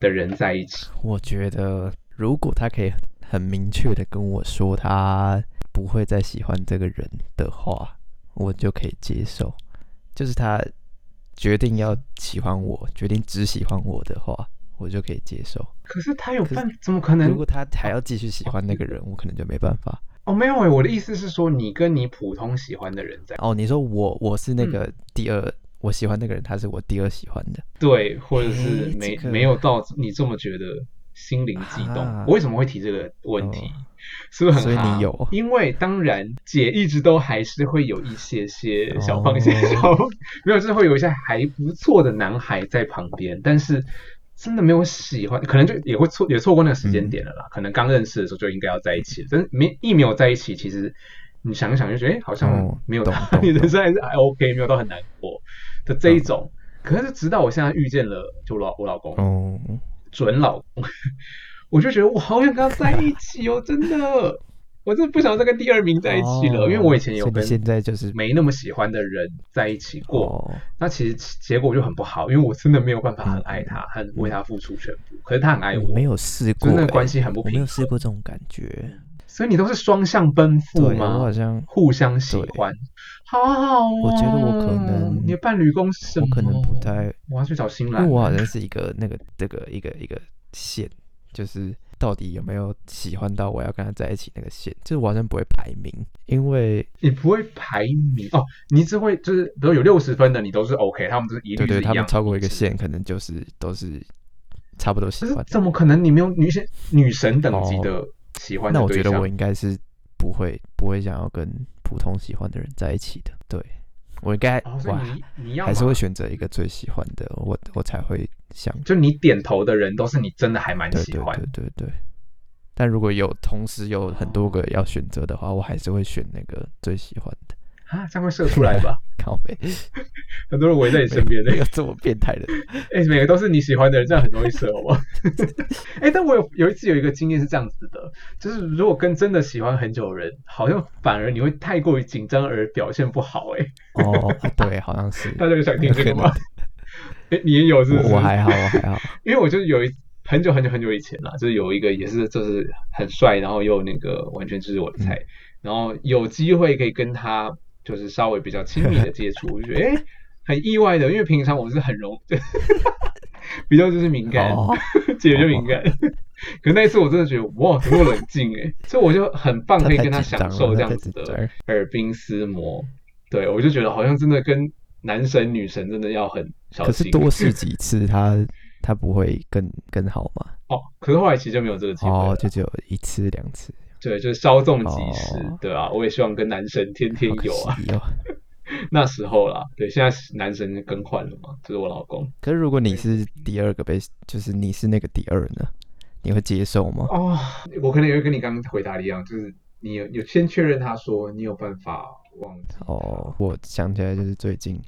Speaker 1: 的人在一起？
Speaker 2: 我觉得如果他可以很明确的跟我说他不会再喜欢这个人的话，我就可以接受。就是他决定要喜欢我，决定只喜欢我的话，我就可以接受。
Speaker 1: 可是他有
Speaker 2: 可是
Speaker 1: 办，怎么可
Speaker 2: 如
Speaker 1: 能
Speaker 2: 果？他还要继续喜欢那个人，我可能就没办法。
Speaker 1: 哦，没有诶，我的意思是说，你跟你普通喜欢的人在
Speaker 2: 哦，你说我我是那
Speaker 1: 嗯
Speaker 2: 个第二，我喜欢那个人，他是我第二喜欢的。
Speaker 1: 对，或者是
Speaker 2: 诶
Speaker 1: 没
Speaker 2: 哎这个
Speaker 1: 没有到你这么觉得心灵悸动。
Speaker 2: 啊
Speaker 1: 我为什么会提这个问题？
Speaker 2: 哦
Speaker 1: 是不是很
Speaker 2: 所以你
Speaker 1: 哈
Speaker 2: 有
Speaker 1: 因为当然，姐一直都还是会有一些些小放些
Speaker 2: 哦
Speaker 1: [LAUGHS] 小，没有，就是会有一些还不错的男孩在旁边，但是真的没有喜欢，可能就也会错，也错过那个时间
Speaker 2: 嗯
Speaker 1: 点了啦。可能刚认识的时候就应该要在一起了，但是没一没有在一起，其实你想一想就觉得，哎、好像
Speaker 2: 哦
Speaker 1: 没有
Speaker 2: 懂
Speaker 1: 他， [LAUGHS]
Speaker 2: 懂
Speaker 1: 你人
Speaker 2: 懂
Speaker 1: 生还是还 OK，没有到很难过的这一
Speaker 2: 嗯
Speaker 1: 种。可是直到我现在遇见了，就老我老公，
Speaker 2: 哦，
Speaker 1: 准老公， [LAUGHS] 我就觉得我好想跟他在一起哦，真的，我真的不想再跟第二名在一起了，
Speaker 2: 哦
Speaker 1: 因为我以前有
Speaker 2: 所以
Speaker 1: 跟
Speaker 2: 你现在就是
Speaker 1: 没那么喜欢的人在一起过，
Speaker 2: 哦
Speaker 1: 那其实结果就很不好，因为我真的没有办法很爱他，很为他付出全部，可是他很爱
Speaker 2: 我
Speaker 1: 我
Speaker 2: 嗯没，有试过、
Speaker 1: 真的
Speaker 2: 欸，
Speaker 1: 关系很不
Speaker 2: 我没有
Speaker 1: 平，
Speaker 2: 试过这种感觉。
Speaker 1: 所以你都是双向奔赴
Speaker 2: 对，我好
Speaker 1: 吗？
Speaker 2: 像
Speaker 1: 互相喜欢，好好哦。
Speaker 2: 我觉得我可能
Speaker 1: 你的伴侣宫是什
Speaker 2: 我
Speaker 1: 么？
Speaker 2: 可能不太，
Speaker 1: 我要去找新
Speaker 2: 因
Speaker 1: 兰
Speaker 2: 为。我好像是一个那个这个一个一个线，就是到底有没有喜欢到我要跟他在一起那个线，就是我好像不会排名，因为
Speaker 1: 你不会排名哦，你只会就是，比如有六十分的，你都是 OK，他们就是一律
Speaker 2: 对
Speaker 1: 是
Speaker 2: 对，
Speaker 1: 一
Speaker 2: 他
Speaker 1: 样
Speaker 2: 们
Speaker 1: 的
Speaker 2: 超过一个
Speaker 1: 是
Speaker 2: 线，可能就是都是差不多喜
Speaker 1: 可是
Speaker 2: 欢。
Speaker 1: 怎么可能你没有女神女神等级的喜欢
Speaker 2: 哦那
Speaker 1: 的
Speaker 2: 我
Speaker 1: 对
Speaker 2: 觉得
Speaker 1: 象？
Speaker 2: 我应该是不会不会想要跟普通喜欢的人在一起的，对我应该、
Speaker 1: 哦，所
Speaker 2: 我
Speaker 1: 以你你要
Speaker 2: 还是
Speaker 1: 嘛
Speaker 2: 会选择一个最喜欢的，我我才会想
Speaker 1: 就你点头的人都是你真的还蛮
Speaker 2: 对
Speaker 1: 喜
Speaker 2: 对
Speaker 1: 欢，
Speaker 2: 对对对，但如果有同时有很多个要选择的话，我还是会选那个最喜欢的。 [LAUGHS]
Speaker 1: 啊，这样会射出来吧？
Speaker 2: 靠背，
Speaker 1: 嗯很多人围在你身边的
Speaker 2: 没，有这么变
Speaker 1: [LAUGHS]
Speaker 2: 态的。
Speaker 1: 哎、每个都是你喜欢的人，这样很容易射，好不好？ [LAUGHS] 哎、但我有有一次有一个经验是这样子的，就是如果跟真的喜欢很久的人，好像反而你会太过于紧张而表现不好、哎，
Speaker 2: 哦，啊对，好像是。
Speaker 1: 大家有想听这个
Speaker 2: 有
Speaker 1: 吗
Speaker 2: 可？
Speaker 1: 哎、 [LAUGHS] 你也有是不是
Speaker 2: 我我还好，我还好。
Speaker 1: 因为我就是有一很久很久很久以前啦，就是有一个也是就是很帅，然后又那个完全就是我的
Speaker 2: 嗯
Speaker 1: 菜，然后有机会可以跟他就是稍微比较亲密的
Speaker 2: [LAUGHS]
Speaker 1: 接触，我就觉得哎、诶很意外的，因为平常我是很容 [LAUGHS] 比较就是敏感，
Speaker 2: 哦，
Speaker 1: [LAUGHS] 姐就敏感。 [LAUGHS] 可那一次我真的觉得哇，怎么那么冷静哎，所以我就很棒，
Speaker 2: 哦他
Speaker 1: 可以
Speaker 2: 太
Speaker 1: 跟他
Speaker 2: 紧
Speaker 1: 享
Speaker 2: 张
Speaker 1: 受
Speaker 2: 了，
Speaker 1: 这
Speaker 2: 他
Speaker 1: 样
Speaker 2: 太
Speaker 1: 子
Speaker 2: 紧
Speaker 1: 的
Speaker 2: 张了。
Speaker 1: 耳鬓厮磨。对，我就觉得好像真的跟男神女神真的要很小
Speaker 2: 可
Speaker 1: 心。
Speaker 2: 是多试几次，他他不会更更好吗？
Speaker 1: 哦，可是后来其实就没有这个机会啊了。
Speaker 2: 哦，就只有一次两次，
Speaker 1: 对，就是稍纵即逝，
Speaker 2: 哦
Speaker 1: 对啊，我也希望跟男神天天
Speaker 2: 好可
Speaker 1: 有
Speaker 2: [LAUGHS]
Speaker 1: 啊，
Speaker 2: 惜哦。
Speaker 1: 那时候啦，对，现在男神更换了嘛，就是我老公。
Speaker 2: 可是如果你是第二个被，就是你是那个第二呢，你会接受吗？
Speaker 1: 哦，我可能也会跟你刚刚回答的一样，就是你有有先确认他说你有办法忘记他
Speaker 2: 哦，我想起来就是最近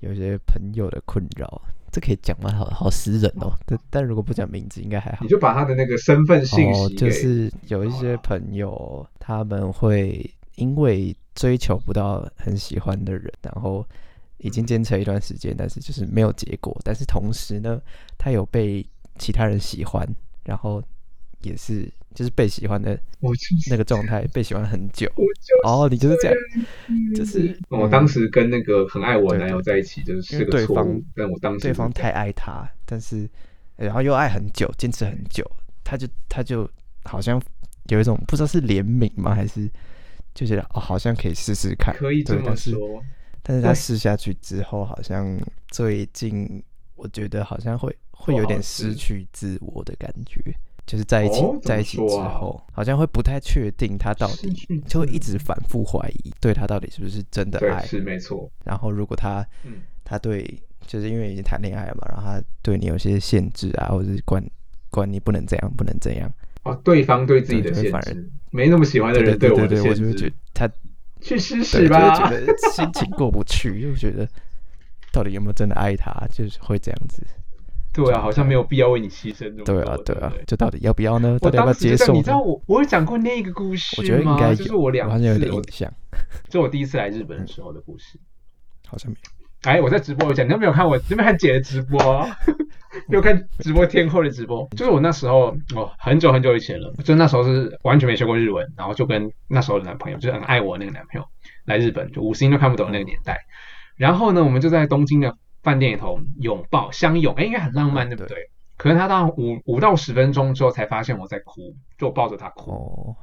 Speaker 2: 有一些朋友的困扰，这可以讲吗？好好私人哦。但但如果不讲名字，应该还好
Speaker 1: 你。就把他的那个身份信
Speaker 2: 哦
Speaker 1: 息，给，
Speaker 2: 就是有一些朋友，他们会因为追求不到很喜欢的人，然后已经坚持了一段时间，但是就是没有结果。但是同时呢，他有被其他人喜欢，然后也是就是被喜欢的
Speaker 1: 我就是
Speaker 2: 那个状态，被喜欢很久。
Speaker 1: 我就是哦
Speaker 2: 哦，你就是这样，就是
Speaker 1: 我当
Speaker 2: 嗯
Speaker 1: 时跟那个很爱我的
Speaker 2: 对
Speaker 1: 男友在一起，就是是
Speaker 2: 因为
Speaker 1: 个
Speaker 2: 对
Speaker 1: 错误
Speaker 2: 方，
Speaker 1: 但我当时
Speaker 2: 对方太爱他，但是呃然后又爱很久，坚持很久，他就他就好像有一种不知道是怜悯吗，还是就觉得哦，好像可以试试看。
Speaker 1: 可以这
Speaker 2: 对
Speaker 1: 么
Speaker 2: 但是
Speaker 1: 说，
Speaker 2: 但是他
Speaker 1: 对
Speaker 2: 试下去之后，好像最近我觉得好像会会有
Speaker 1: 不好
Speaker 2: 点
Speaker 1: 吃
Speaker 2: 失去自我的感觉，就是在一起、
Speaker 1: 哦怎
Speaker 2: 在
Speaker 1: 么
Speaker 2: 一起
Speaker 1: 说
Speaker 2: 之
Speaker 1: 啊
Speaker 2: 后，好像会不太确定他到
Speaker 1: 失
Speaker 2: 底
Speaker 1: 去
Speaker 2: 就会
Speaker 1: 自
Speaker 2: 一直反复怀疑，对他到底是不是真的
Speaker 1: 对
Speaker 2: 爱。
Speaker 1: 是没错，
Speaker 2: 然后如果他
Speaker 1: 嗯，
Speaker 2: 他对，就是因为已经谈恋爱了嘛，然后他对你有些限制啊，或者是管管你不能这样，不能这样。
Speaker 1: 哦，对方对自己的
Speaker 2: 对就
Speaker 1: 限
Speaker 2: 会反而
Speaker 1: 制，没那么喜欢的
Speaker 2: 对
Speaker 1: 人
Speaker 2: 对
Speaker 1: 我
Speaker 2: 对
Speaker 1: 的
Speaker 2: 对，我
Speaker 1: 限
Speaker 2: 就会觉
Speaker 1: 制
Speaker 2: 得，他
Speaker 1: 去试
Speaker 2: 对，
Speaker 1: 试
Speaker 2: 就会觉
Speaker 1: 吧。
Speaker 2: 得心情过不去，就觉得到底有没有真的爱他，就是会这样子。
Speaker 1: 对啊，好像没有必要为你牺牲这么多。
Speaker 2: 对
Speaker 1: 对
Speaker 2: 啊，对啊
Speaker 1: 不，
Speaker 2: 就到底要不要呢？到
Speaker 1: 我
Speaker 2: 底要不要
Speaker 1: 当时
Speaker 2: 接
Speaker 1: 就这样
Speaker 2: 受
Speaker 1: 你知
Speaker 2: 呢
Speaker 1: 道？我我有讲过那个故事
Speaker 2: 我觉得应
Speaker 1: 吗
Speaker 2: 该
Speaker 1: 就是
Speaker 2: 有，
Speaker 1: 我
Speaker 2: 好
Speaker 1: 两
Speaker 2: 像有
Speaker 1: 次，
Speaker 2: 点
Speaker 1: 我
Speaker 2: 印象，
Speaker 1: 就我第一次来日本的时候的故事。
Speaker 2: 好像没有。
Speaker 1: 哎，我在直播有讲，你都没有看我，你有没有看姐的直播 [LAUGHS] 啊？没有看直播天后的直播，就是我那时候，哦，很久很久以前了，就那时候是完全没学过日文，然后就跟那时候的男朋友，就是很爱我那个男朋友来日本，就五十音都看不懂那个年代。然后呢，我们就在东京的饭店里头拥抱相拥，哎，应该很浪漫，对不对？可是他到五五到十分钟之后才发现我在哭，就抱着他哭，
Speaker 2: 哦，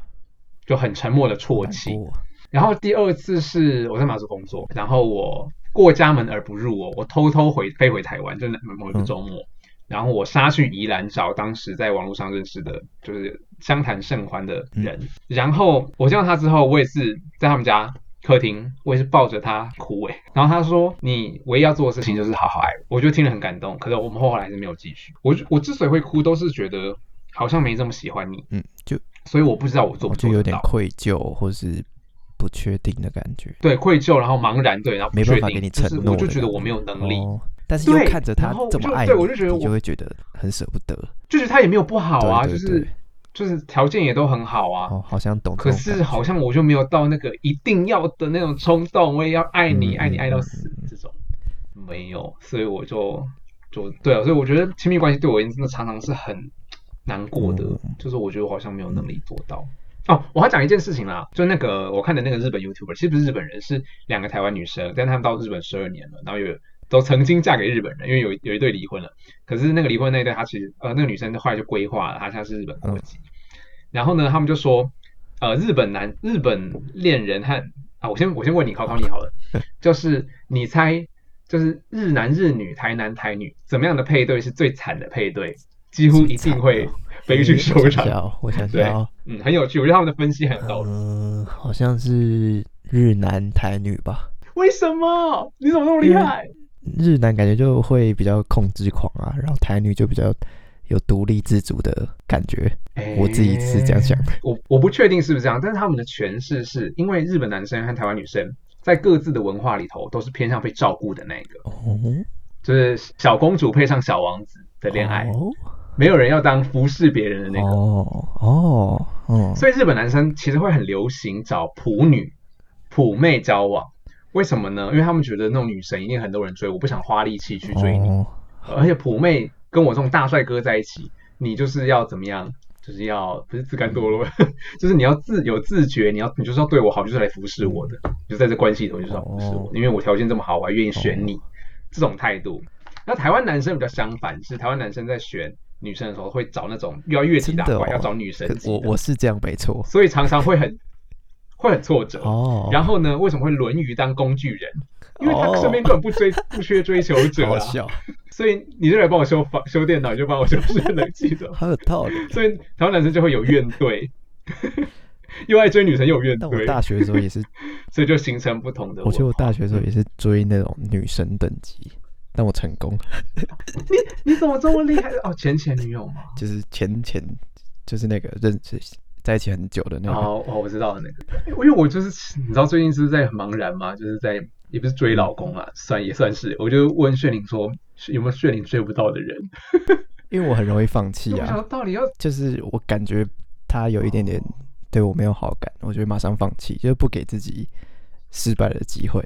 Speaker 1: 就很沉默的啜
Speaker 2: 难
Speaker 1: 泣。
Speaker 2: 过。
Speaker 1: 然后第二次是我在马祖工作，然后我过家门而不入哦，我偷偷回飞回台湾，就是某一个周末，然后我杀去宜兰找当时在网络上认识的，就是相谈甚欢的人。然后我见到他之后，我也是在他们家客厅，我也是抱着他哭诶、然后他说：“你唯一要做的事情就是好好爱我。”我就听了很感动，可是我们后来还是没有继续。我就我之所以会哭，都是觉得好像没这么喜欢你，
Speaker 2: 嗯，就
Speaker 1: 所以我不知道我做不
Speaker 2: 我就
Speaker 1: 做得
Speaker 2: 有点
Speaker 1: 到。
Speaker 2: 愧疚或是不确定的感觉。
Speaker 1: 对愧疚，然后茫然，对，然后不
Speaker 2: 没办
Speaker 1: 确
Speaker 2: 法
Speaker 1: 定
Speaker 2: 给你
Speaker 1: 就是
Speaker 2: 承诺
Speaker 1: 我就
Speaker 2: 的
Speaker 1: 觉得
Speaker 2: 感
Speaker 1: 我没有能力，
Speaker 2: 哦，但是又
Speaker 1: 对
Speaker 2: 看着他
Speaker 1: 然后
Speaker 2: 这么
Speaker 1: 就
Speaker 2: 爱你，
Speaker 1: 对我就觉得
Speaker 2: 你
Speaker 1: 我
Speaker 2: 就会觉得很舍不得。
Speaker 1: 就是他也没有不好啊，
Speaker 2: 对对
Speaker 1: 就是
Speaker 2: 对
Speaker 1: 就是条件也都很好啊，
Speaker 2: 哦，好像懂这
Speaker 1: 可
Speaker 2: 种感觉。
Speaker 1: 是好像我就没有到那个一定要的那种冲动，我也要爱你，
Speaker 2: 嗯
Speaker 1: 爱你
Speaker 2: 嗯
Speaker 1: 爱到
Speaker 2: 嗯
Speaker 1: 死这种，没有，所以我就就对啊，所以我觉得亲密关系对我真的常常是很难过的，
Speaker 2: 嗯
Speaker 1: 就是我觉得我好像没有能力做到。哦，我还讲一件事情啦，就那个我看的那个日本 YouTuber，其实不是日本人，是两个台湾女生，但他们到日本十二年了，然后有都曾经嫁给日本人，因为有有一对离婚了，可是那个离婚那一对，她其实呃那个女生后来就规划了，她现在是日本国籍，然后呢，他们就说，呃，日本男日本恋人和啊，我先我先问你考考你好
Speaker 2: [LAUGHS]
Speaker 1: 了，就是你猜，就是日男日女、台男台女，怎么样的配对是最惨的配对？几乎一定会悲剧收
Speaker 2: 哦我想一下
Speaker 1: 场。
Speaker 2: 哦，我想
Speaker 1: [LAUGHS]
Speaker 2: 一
Speaker 1: 对
Speaker 2: 下哦，
Speaker 1: 嗯，很有趣，我觉得他们的分析很有道理。
Speaker 2: 嗯、好像是日男台女吧。
Speaker 1: 为什么？你怎么那么厉害？
Speaker 2: 日男感觉就会比较控制狂啊，然后台女就比较有独立自主的感觉。
Speaker 1: 哎
Speaker 2: 嗯我自己是这样想的。
Speaker 1: 我我不确定是不是这样，但是他们的诠释是因为日本男生和台湾女生在各自的文化里头都是偏向被照顾的那一个，
Speaker 2: 哦，
Speaker 1: 就是小公主配上小王子的 [LAUGHS] 恋爱，
Speaker 2: 哦
Speaker 1: 没有人要当服侍别人的那个。
Speaker 2: 哦哦哦，
Speaker 1: 所以日本男生其实会很流行找普女、普妹交往，为什么呢？因为他们觉得那种女神一定很多人追，我不想花力气去追你，
Speaker 2: 哦
Speaker 1: 而且普妹跟我这种大帅哥在一起，你就是要怎么样？就是要不是自甘堕落，
Speaker 2: 嗯
Speaker 1: [LAUGHS] 就是你要自有自觉，你要你就是要对我好，就是来服侍我的，就在这关系里头就是要服侍我的，
Speaker 2: 嗯哦
Speaker 1: 因为我条件这么好，我还愿意选你，这种态度。那台湾男生比较相反，是台湾男生在选女生的时候会找那种又要越级
Speaker 2: 真
Speaker 1: 打
Speaker 2: 的
Speaker 1: 怪，
Speaker 2: 哦
Speaker 1: 要找女神
Speaker 2: 可
Speaker 1: 级的
Speaker 2: 我我是这样没错。
Speaker 1: 所以常常会很会很挫折。
Speaker 2: 哦，
Speaker 1: 然后呢，为什么会沦于当工具人？因为他
Speaker 2: 哦
Speaker 1: 身边根本不追、不缺追求者
Speaker 2: [LAUGHS] 好
Speaker 1: 啊，
Speaker 2: 笑，
Speaker 1: 所以你就来帮我修房修电脑，你就帮我修制冷气
Speaker 2: [LAUGHS]
Speaker 1: 的，
Speaker 2: 好有道
Speaker 1: [LAUGHS]
Speaker 2: 理。
Speaker 1: 所以台湾男生就会有怨怼， [LAUGHS] 又爱追女生又有怨
Speaker 2: 但我
Speaker 1: 怼，
Speaker 2: 大学的时候
Speaker 1: [LAUGHS]
Speaker 2: 也是，
Speaker 1: 所以就形成不同的文化。
Speaker 2: 我觉得我大学的时候也是追那种女神等级，但我成功，
Speaker 1: 你怎么这么厉害？ [LAUGHS] 哦，前前女友
Speaker 2: [LAUGHS]
Speaker 1: 吗？
Speaker 2: 就是前前就是那个认识在一起很久的那个，
Speaker 1: 哦，哦，我知道了那个，因为我就是你知道最近是不是在茫然嘛，就是在也不是追老公啊，算也算是，我就问炫灵说是有没有炫灵追不到的人，
Speaker 2: 因为我很容易放弃
Speaker 1: 我想
Speaker 2: 啊
Speaker 1: 说，到底要
Speaker 2: 就是我感觉他有一点点对我没有好感，我就会马上放弃，就是不给自己失败的机会。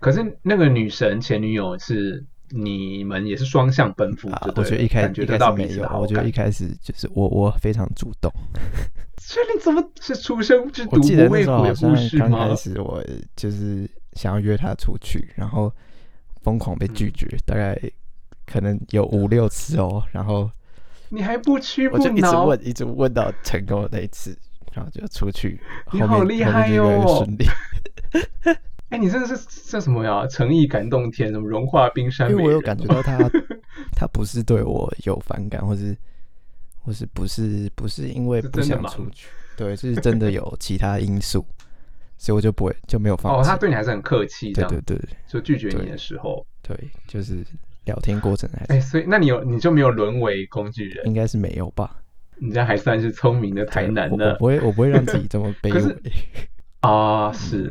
Speaker 1: 可是那个女神前女友是你们也是双向奔赴，
Speaker 2: 啊
Speaker 1: 就，
Speaker 2: 我
Speaker 1: 对了
Speaker 2: 觉得一开
Speaker 1: 感觉
Speaker 2: 一
Speaker 1: 得
Speaker 2: 开
Speaker 1: 到
Speaker 2: 始
Speaker 1: 彼
Speaker 2: 没
Speaker 1: 此
Speaker 2: 有
Speaker 1: 的，好
Speaker 2: 我觉得
Speaker 1: 感
Speaker 2: 一开始就是我我非常主动。
Speaker 1: 所以你怎么是出生之
Speaker 2: 我
Speaker 1: 独
Speaker 2: 记得
Speaker 1: 不
Speaker 2: 那
Speaker 1: 畏
Speaker 2: 时候
Speaker 1: 虎
Speaker 2: 好
Speaker 1: 的故
Speaker 2: 像
Speaker 1: 事
Speaker 2: 刚
Speaker 1: 吗
Speaker 2: 开？始我就是想要约她出去，然后疯狂被
Speaker 1: 嗯
Speaker 2: 拒绝，大概可能有五六次哦，然后
Speaker 1: 你还不屈
Speaker 2: 我
Speaker 1: 不
Speaker 2: 就一直
Speaker 1: 挠，
Speaker 2: 问，一直问到成功的那一次，然后就出去，
Speaker 1: 你
Speaker 2: 后面
Speaker 1: 好
Speaker 2: 后
Speaker 1: 厉
Speaker 2: 面
Speaker 1: 害
Speaker 2: 就越来越
Speaker 1: 哦
Speaker 2: 顺利，
Speaker 1: 哎、你真的是这什么呀？诚意感动天，什么融化冰山
Speaker 2: 因
Speaker 1: 美
Speaker 2: 为
Speaker 1: 人？
Speaker 2: 我有感觉到她
Speaker 1: [LAUGHS]
Speaker 2: 她不是对我有反感，或是或是不是不是因为
Speaker 1: 是
Speaker 2: 不
Speaker 1: 真的
Speaker 2: 想
Speaker 1: 忙
Speaker 2: 出去，对，是真的有其他因素，所以我就不会就没有
Speaker 1: 哦
Speaker 2: 放，弃。
Speaker 1: 他对你还是很客气，这
Speaker 2: 对
Speaker 1: 样
Speaker 2: 对对
Speaker 1: 就拒绝你
Speaker 2: 对
Speaker 1: 的时候，
Speaker 2: 对，就是聊天过程还是
Speaker 1: 哎、所以那你有你就没有沦为工具人，
Speaker 2: 应该是没有吧？
Speaker 1: 你这样还算是聪明的台
Speaker 2: 对
Speaker 1: 南
Speaker 2: 我
Speaker 1: 的
Speaker 2: 我不会，我不会让自己这么卑
Speaker 1: 可是
Speaker 2: 微。
Speaker 1: 啊，是，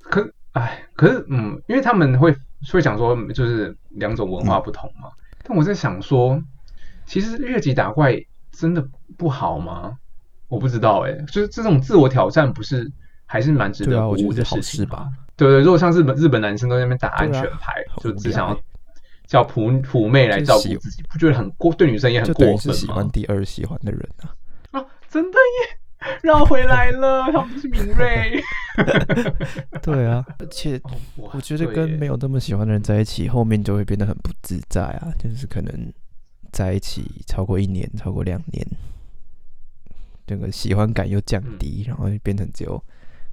Speaker 1: 可哎，可是嗯，因为他们会会讲说，就是两种文化
Speaker 2: 嗯
Speaker 1: 不同嘛。但我在想说，其实越级打怪真的不好吗？我不知道哎、就是这种自我挑战，不是还是蛮值
Speaker 2: 对
Speaker 1: 得
Speaker 2: 啊
Speaker 1: 鼓
Speaker 2: 我觉
Speaker 1: 舞
Speaker 2: 得
Speaker 1: 的
Speaker 2: 是
Speaker 1: 事
Speaker 2: 好
Speaker 1: 情
Speaker 2: 事
Speaker 1: 吗
Speaker 2: 吧？
Speaker 1: 对对，如果像日本日本男生都在那边打安
Speaker 2: 对啊
Speaker 1: 全牌，
Speaker 2: 很
Speaker 1: 就
Speaker 2: 无
Speaker 1: 只
Speaker 2: 聊
Speaker 1: 想
Speaker 2: 欸
Speaker 1: 要叫普普妹来
Speaker 2: 就是
Speaker 1: 照顾
Speaker 2: 喜
Speaker 1: 自己，不觉得很过？对女生也很
Speaker 2: [LAUGHS] 就
Speaker 1: 过
Speaker 2: 等
Speaker 1: 分
Speaker 2: 于
Speaker 1: 吗？
Speaker 2: 是喜欢第二喜欢的人啊，
Speaker 1: 啊，真的耶，绕回来了，他们是敏锐。
Speaker 2: 对啊，而且
Speaker 1: 哦哇
Speaker 2: [LAUGHS] 我觉得
Speaker 1: 对
Speaker 2: 跟
Speaker 1: 耶
Speaker 2: 没有那么喜欢的人在一起，后面就会变得很不自在啊，就是可能在一起超过一年、超过两年，这个喜欢感又降
Speaker 1: 嗯
Speaker 2: 低，然后就变成只有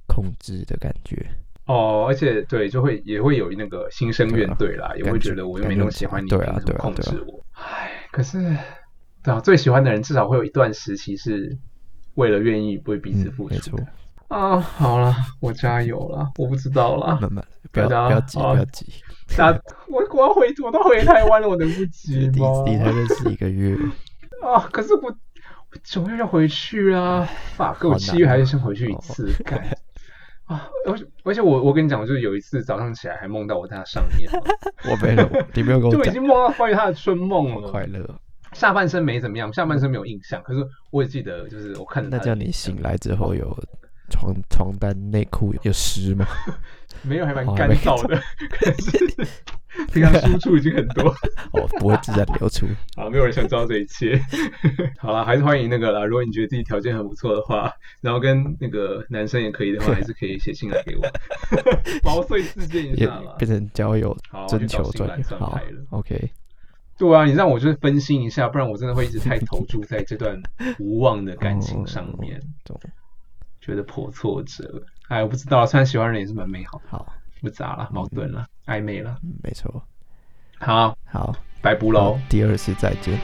Speaker 2: 控制的感觉。
Speaker 1: 哦，而且对，就会也会有那个心生怨怼啦，也
Speaker 2: 啊感
Speaker 1: 会
Speaker 2: 觉
Speaker 1: 觉得我又
Speaker 2: 感
Speaker 1: 没
Speaker 2: 觉
Speaker 1: 那么
Speaker 2: 很
Speaker 1: 喜
Speaker 2: 强
Speaker 1: 欢你，
Speaker 2: 对
Speaker 1: 凭
Speaker 2: 啊
Speaker 1: 什么
Speaker 2: 对啊
Speaker 1: 控
Speaker 2: 对啊
Speaker 1: 制我。唉，可是，对啊，最喜欢的人至少会有一段时期是为了愿意为彼此
Speaker 2: 嗯
Speaker 1: 付，
Speaker 2: 没
Speaker 1: 出
Speaker 2: 错
Speaker 1: 的。，啊，好啦，我加油啦，我不知道啦，
Speaker 2: 慢慢来不要
Speaker 1: 大家
Speaker 2: 不要急，
Speaker 1: 啊
Speaker 2: 不要急，
Speaker 1: 大家我我要回我都回台湾了，我能不急
Speaker 2: [LAUGHS] 离
Speaker 1: 吗？
Speaker 2: 离他认识一
Speaker 1: [LAUGHS]
Speaker 2: 个月，
Speaker 1: 啊，可是我我九月要回去啦，法哥，我
Speaker 2: 好
Speaker 1: 七
Speaker 2: 难
Speaker 1: 月还
Speaker 2: 哦
Speaker 1: 是先回去一次，干啊！而且而且我我跟你讲，我就是有一次早上起来还梦到我在他上面了。
Speaker 2: 我没有，你没有跟
Speaker 1: 就
Speaker 2: 我
Speaker 1: 已
Speaker 2: 讲
Speaker 1: 经，梦到关于他的春梦
Speaker 2: 好快
Speaker 1: 了。
Speaker 2: 乐哦。
Speaker 1: 下半身没怎么样，下半身没有印象，可是我也记得，就是我看着
Speaker 2: 那
Speaker 1: 他
Speaker 2: 这样你醒来之后有床床单内裤有湿吗？
Speaker 1: 没有还蛮
Speaker 2: 哦还
Speaker 1: 干
Speaker 2: 没
Speaker 1: 燥的， [LAUGHS] 可是平常输出已经很
Speaker 2: [LAUGHS]
Speaker 1: 多。
Speaker 2: 哦，不会自然流出。
Speaker 1: 好，没有人想知道这一切。 [LAUGHS] 好啦，还是欢迎那个啦。如果你觉得自己条件很不错的话，然后跟那个男生也可以的
Speaker 2: [LAUGHS]
Speaker 1: 话，还是可以写信来给我，毛遂自荐一
Speaker 2: 也
Speaker 1: 下啦。
Speaker 2: 变成交友
Speaker 1: 好我去
Speaker 2: 征
Speaker 1: 找
Speaker 2: 求
Speaker 1: 新
Speaker 2: 专
Speaker 1: 兰
Speaker 2: 员。
Speaker 1: 算
Speaker 2: 好
Speaker 1: 牌了
Speaker 2: ，OK，
Speaker 1: 对啊，你让我就是分心一下，不然我真的会一直太投注在这段无望的感情上面，
Speaker 2: 懂。
Speaker 1: 觉得颇挫折。哎，我不知道，虽然喜欢的人也是蛮美好的。
Speaker 2: 好，
Speaker 1: 复杂了、矛盾了、暧昧了。
Speaker 2: 嗯没错。
Speaker 1: 好，
Speaker 2: 好，
Speaker 1: 拜拜喽。
Speaker 2: 第二次再见。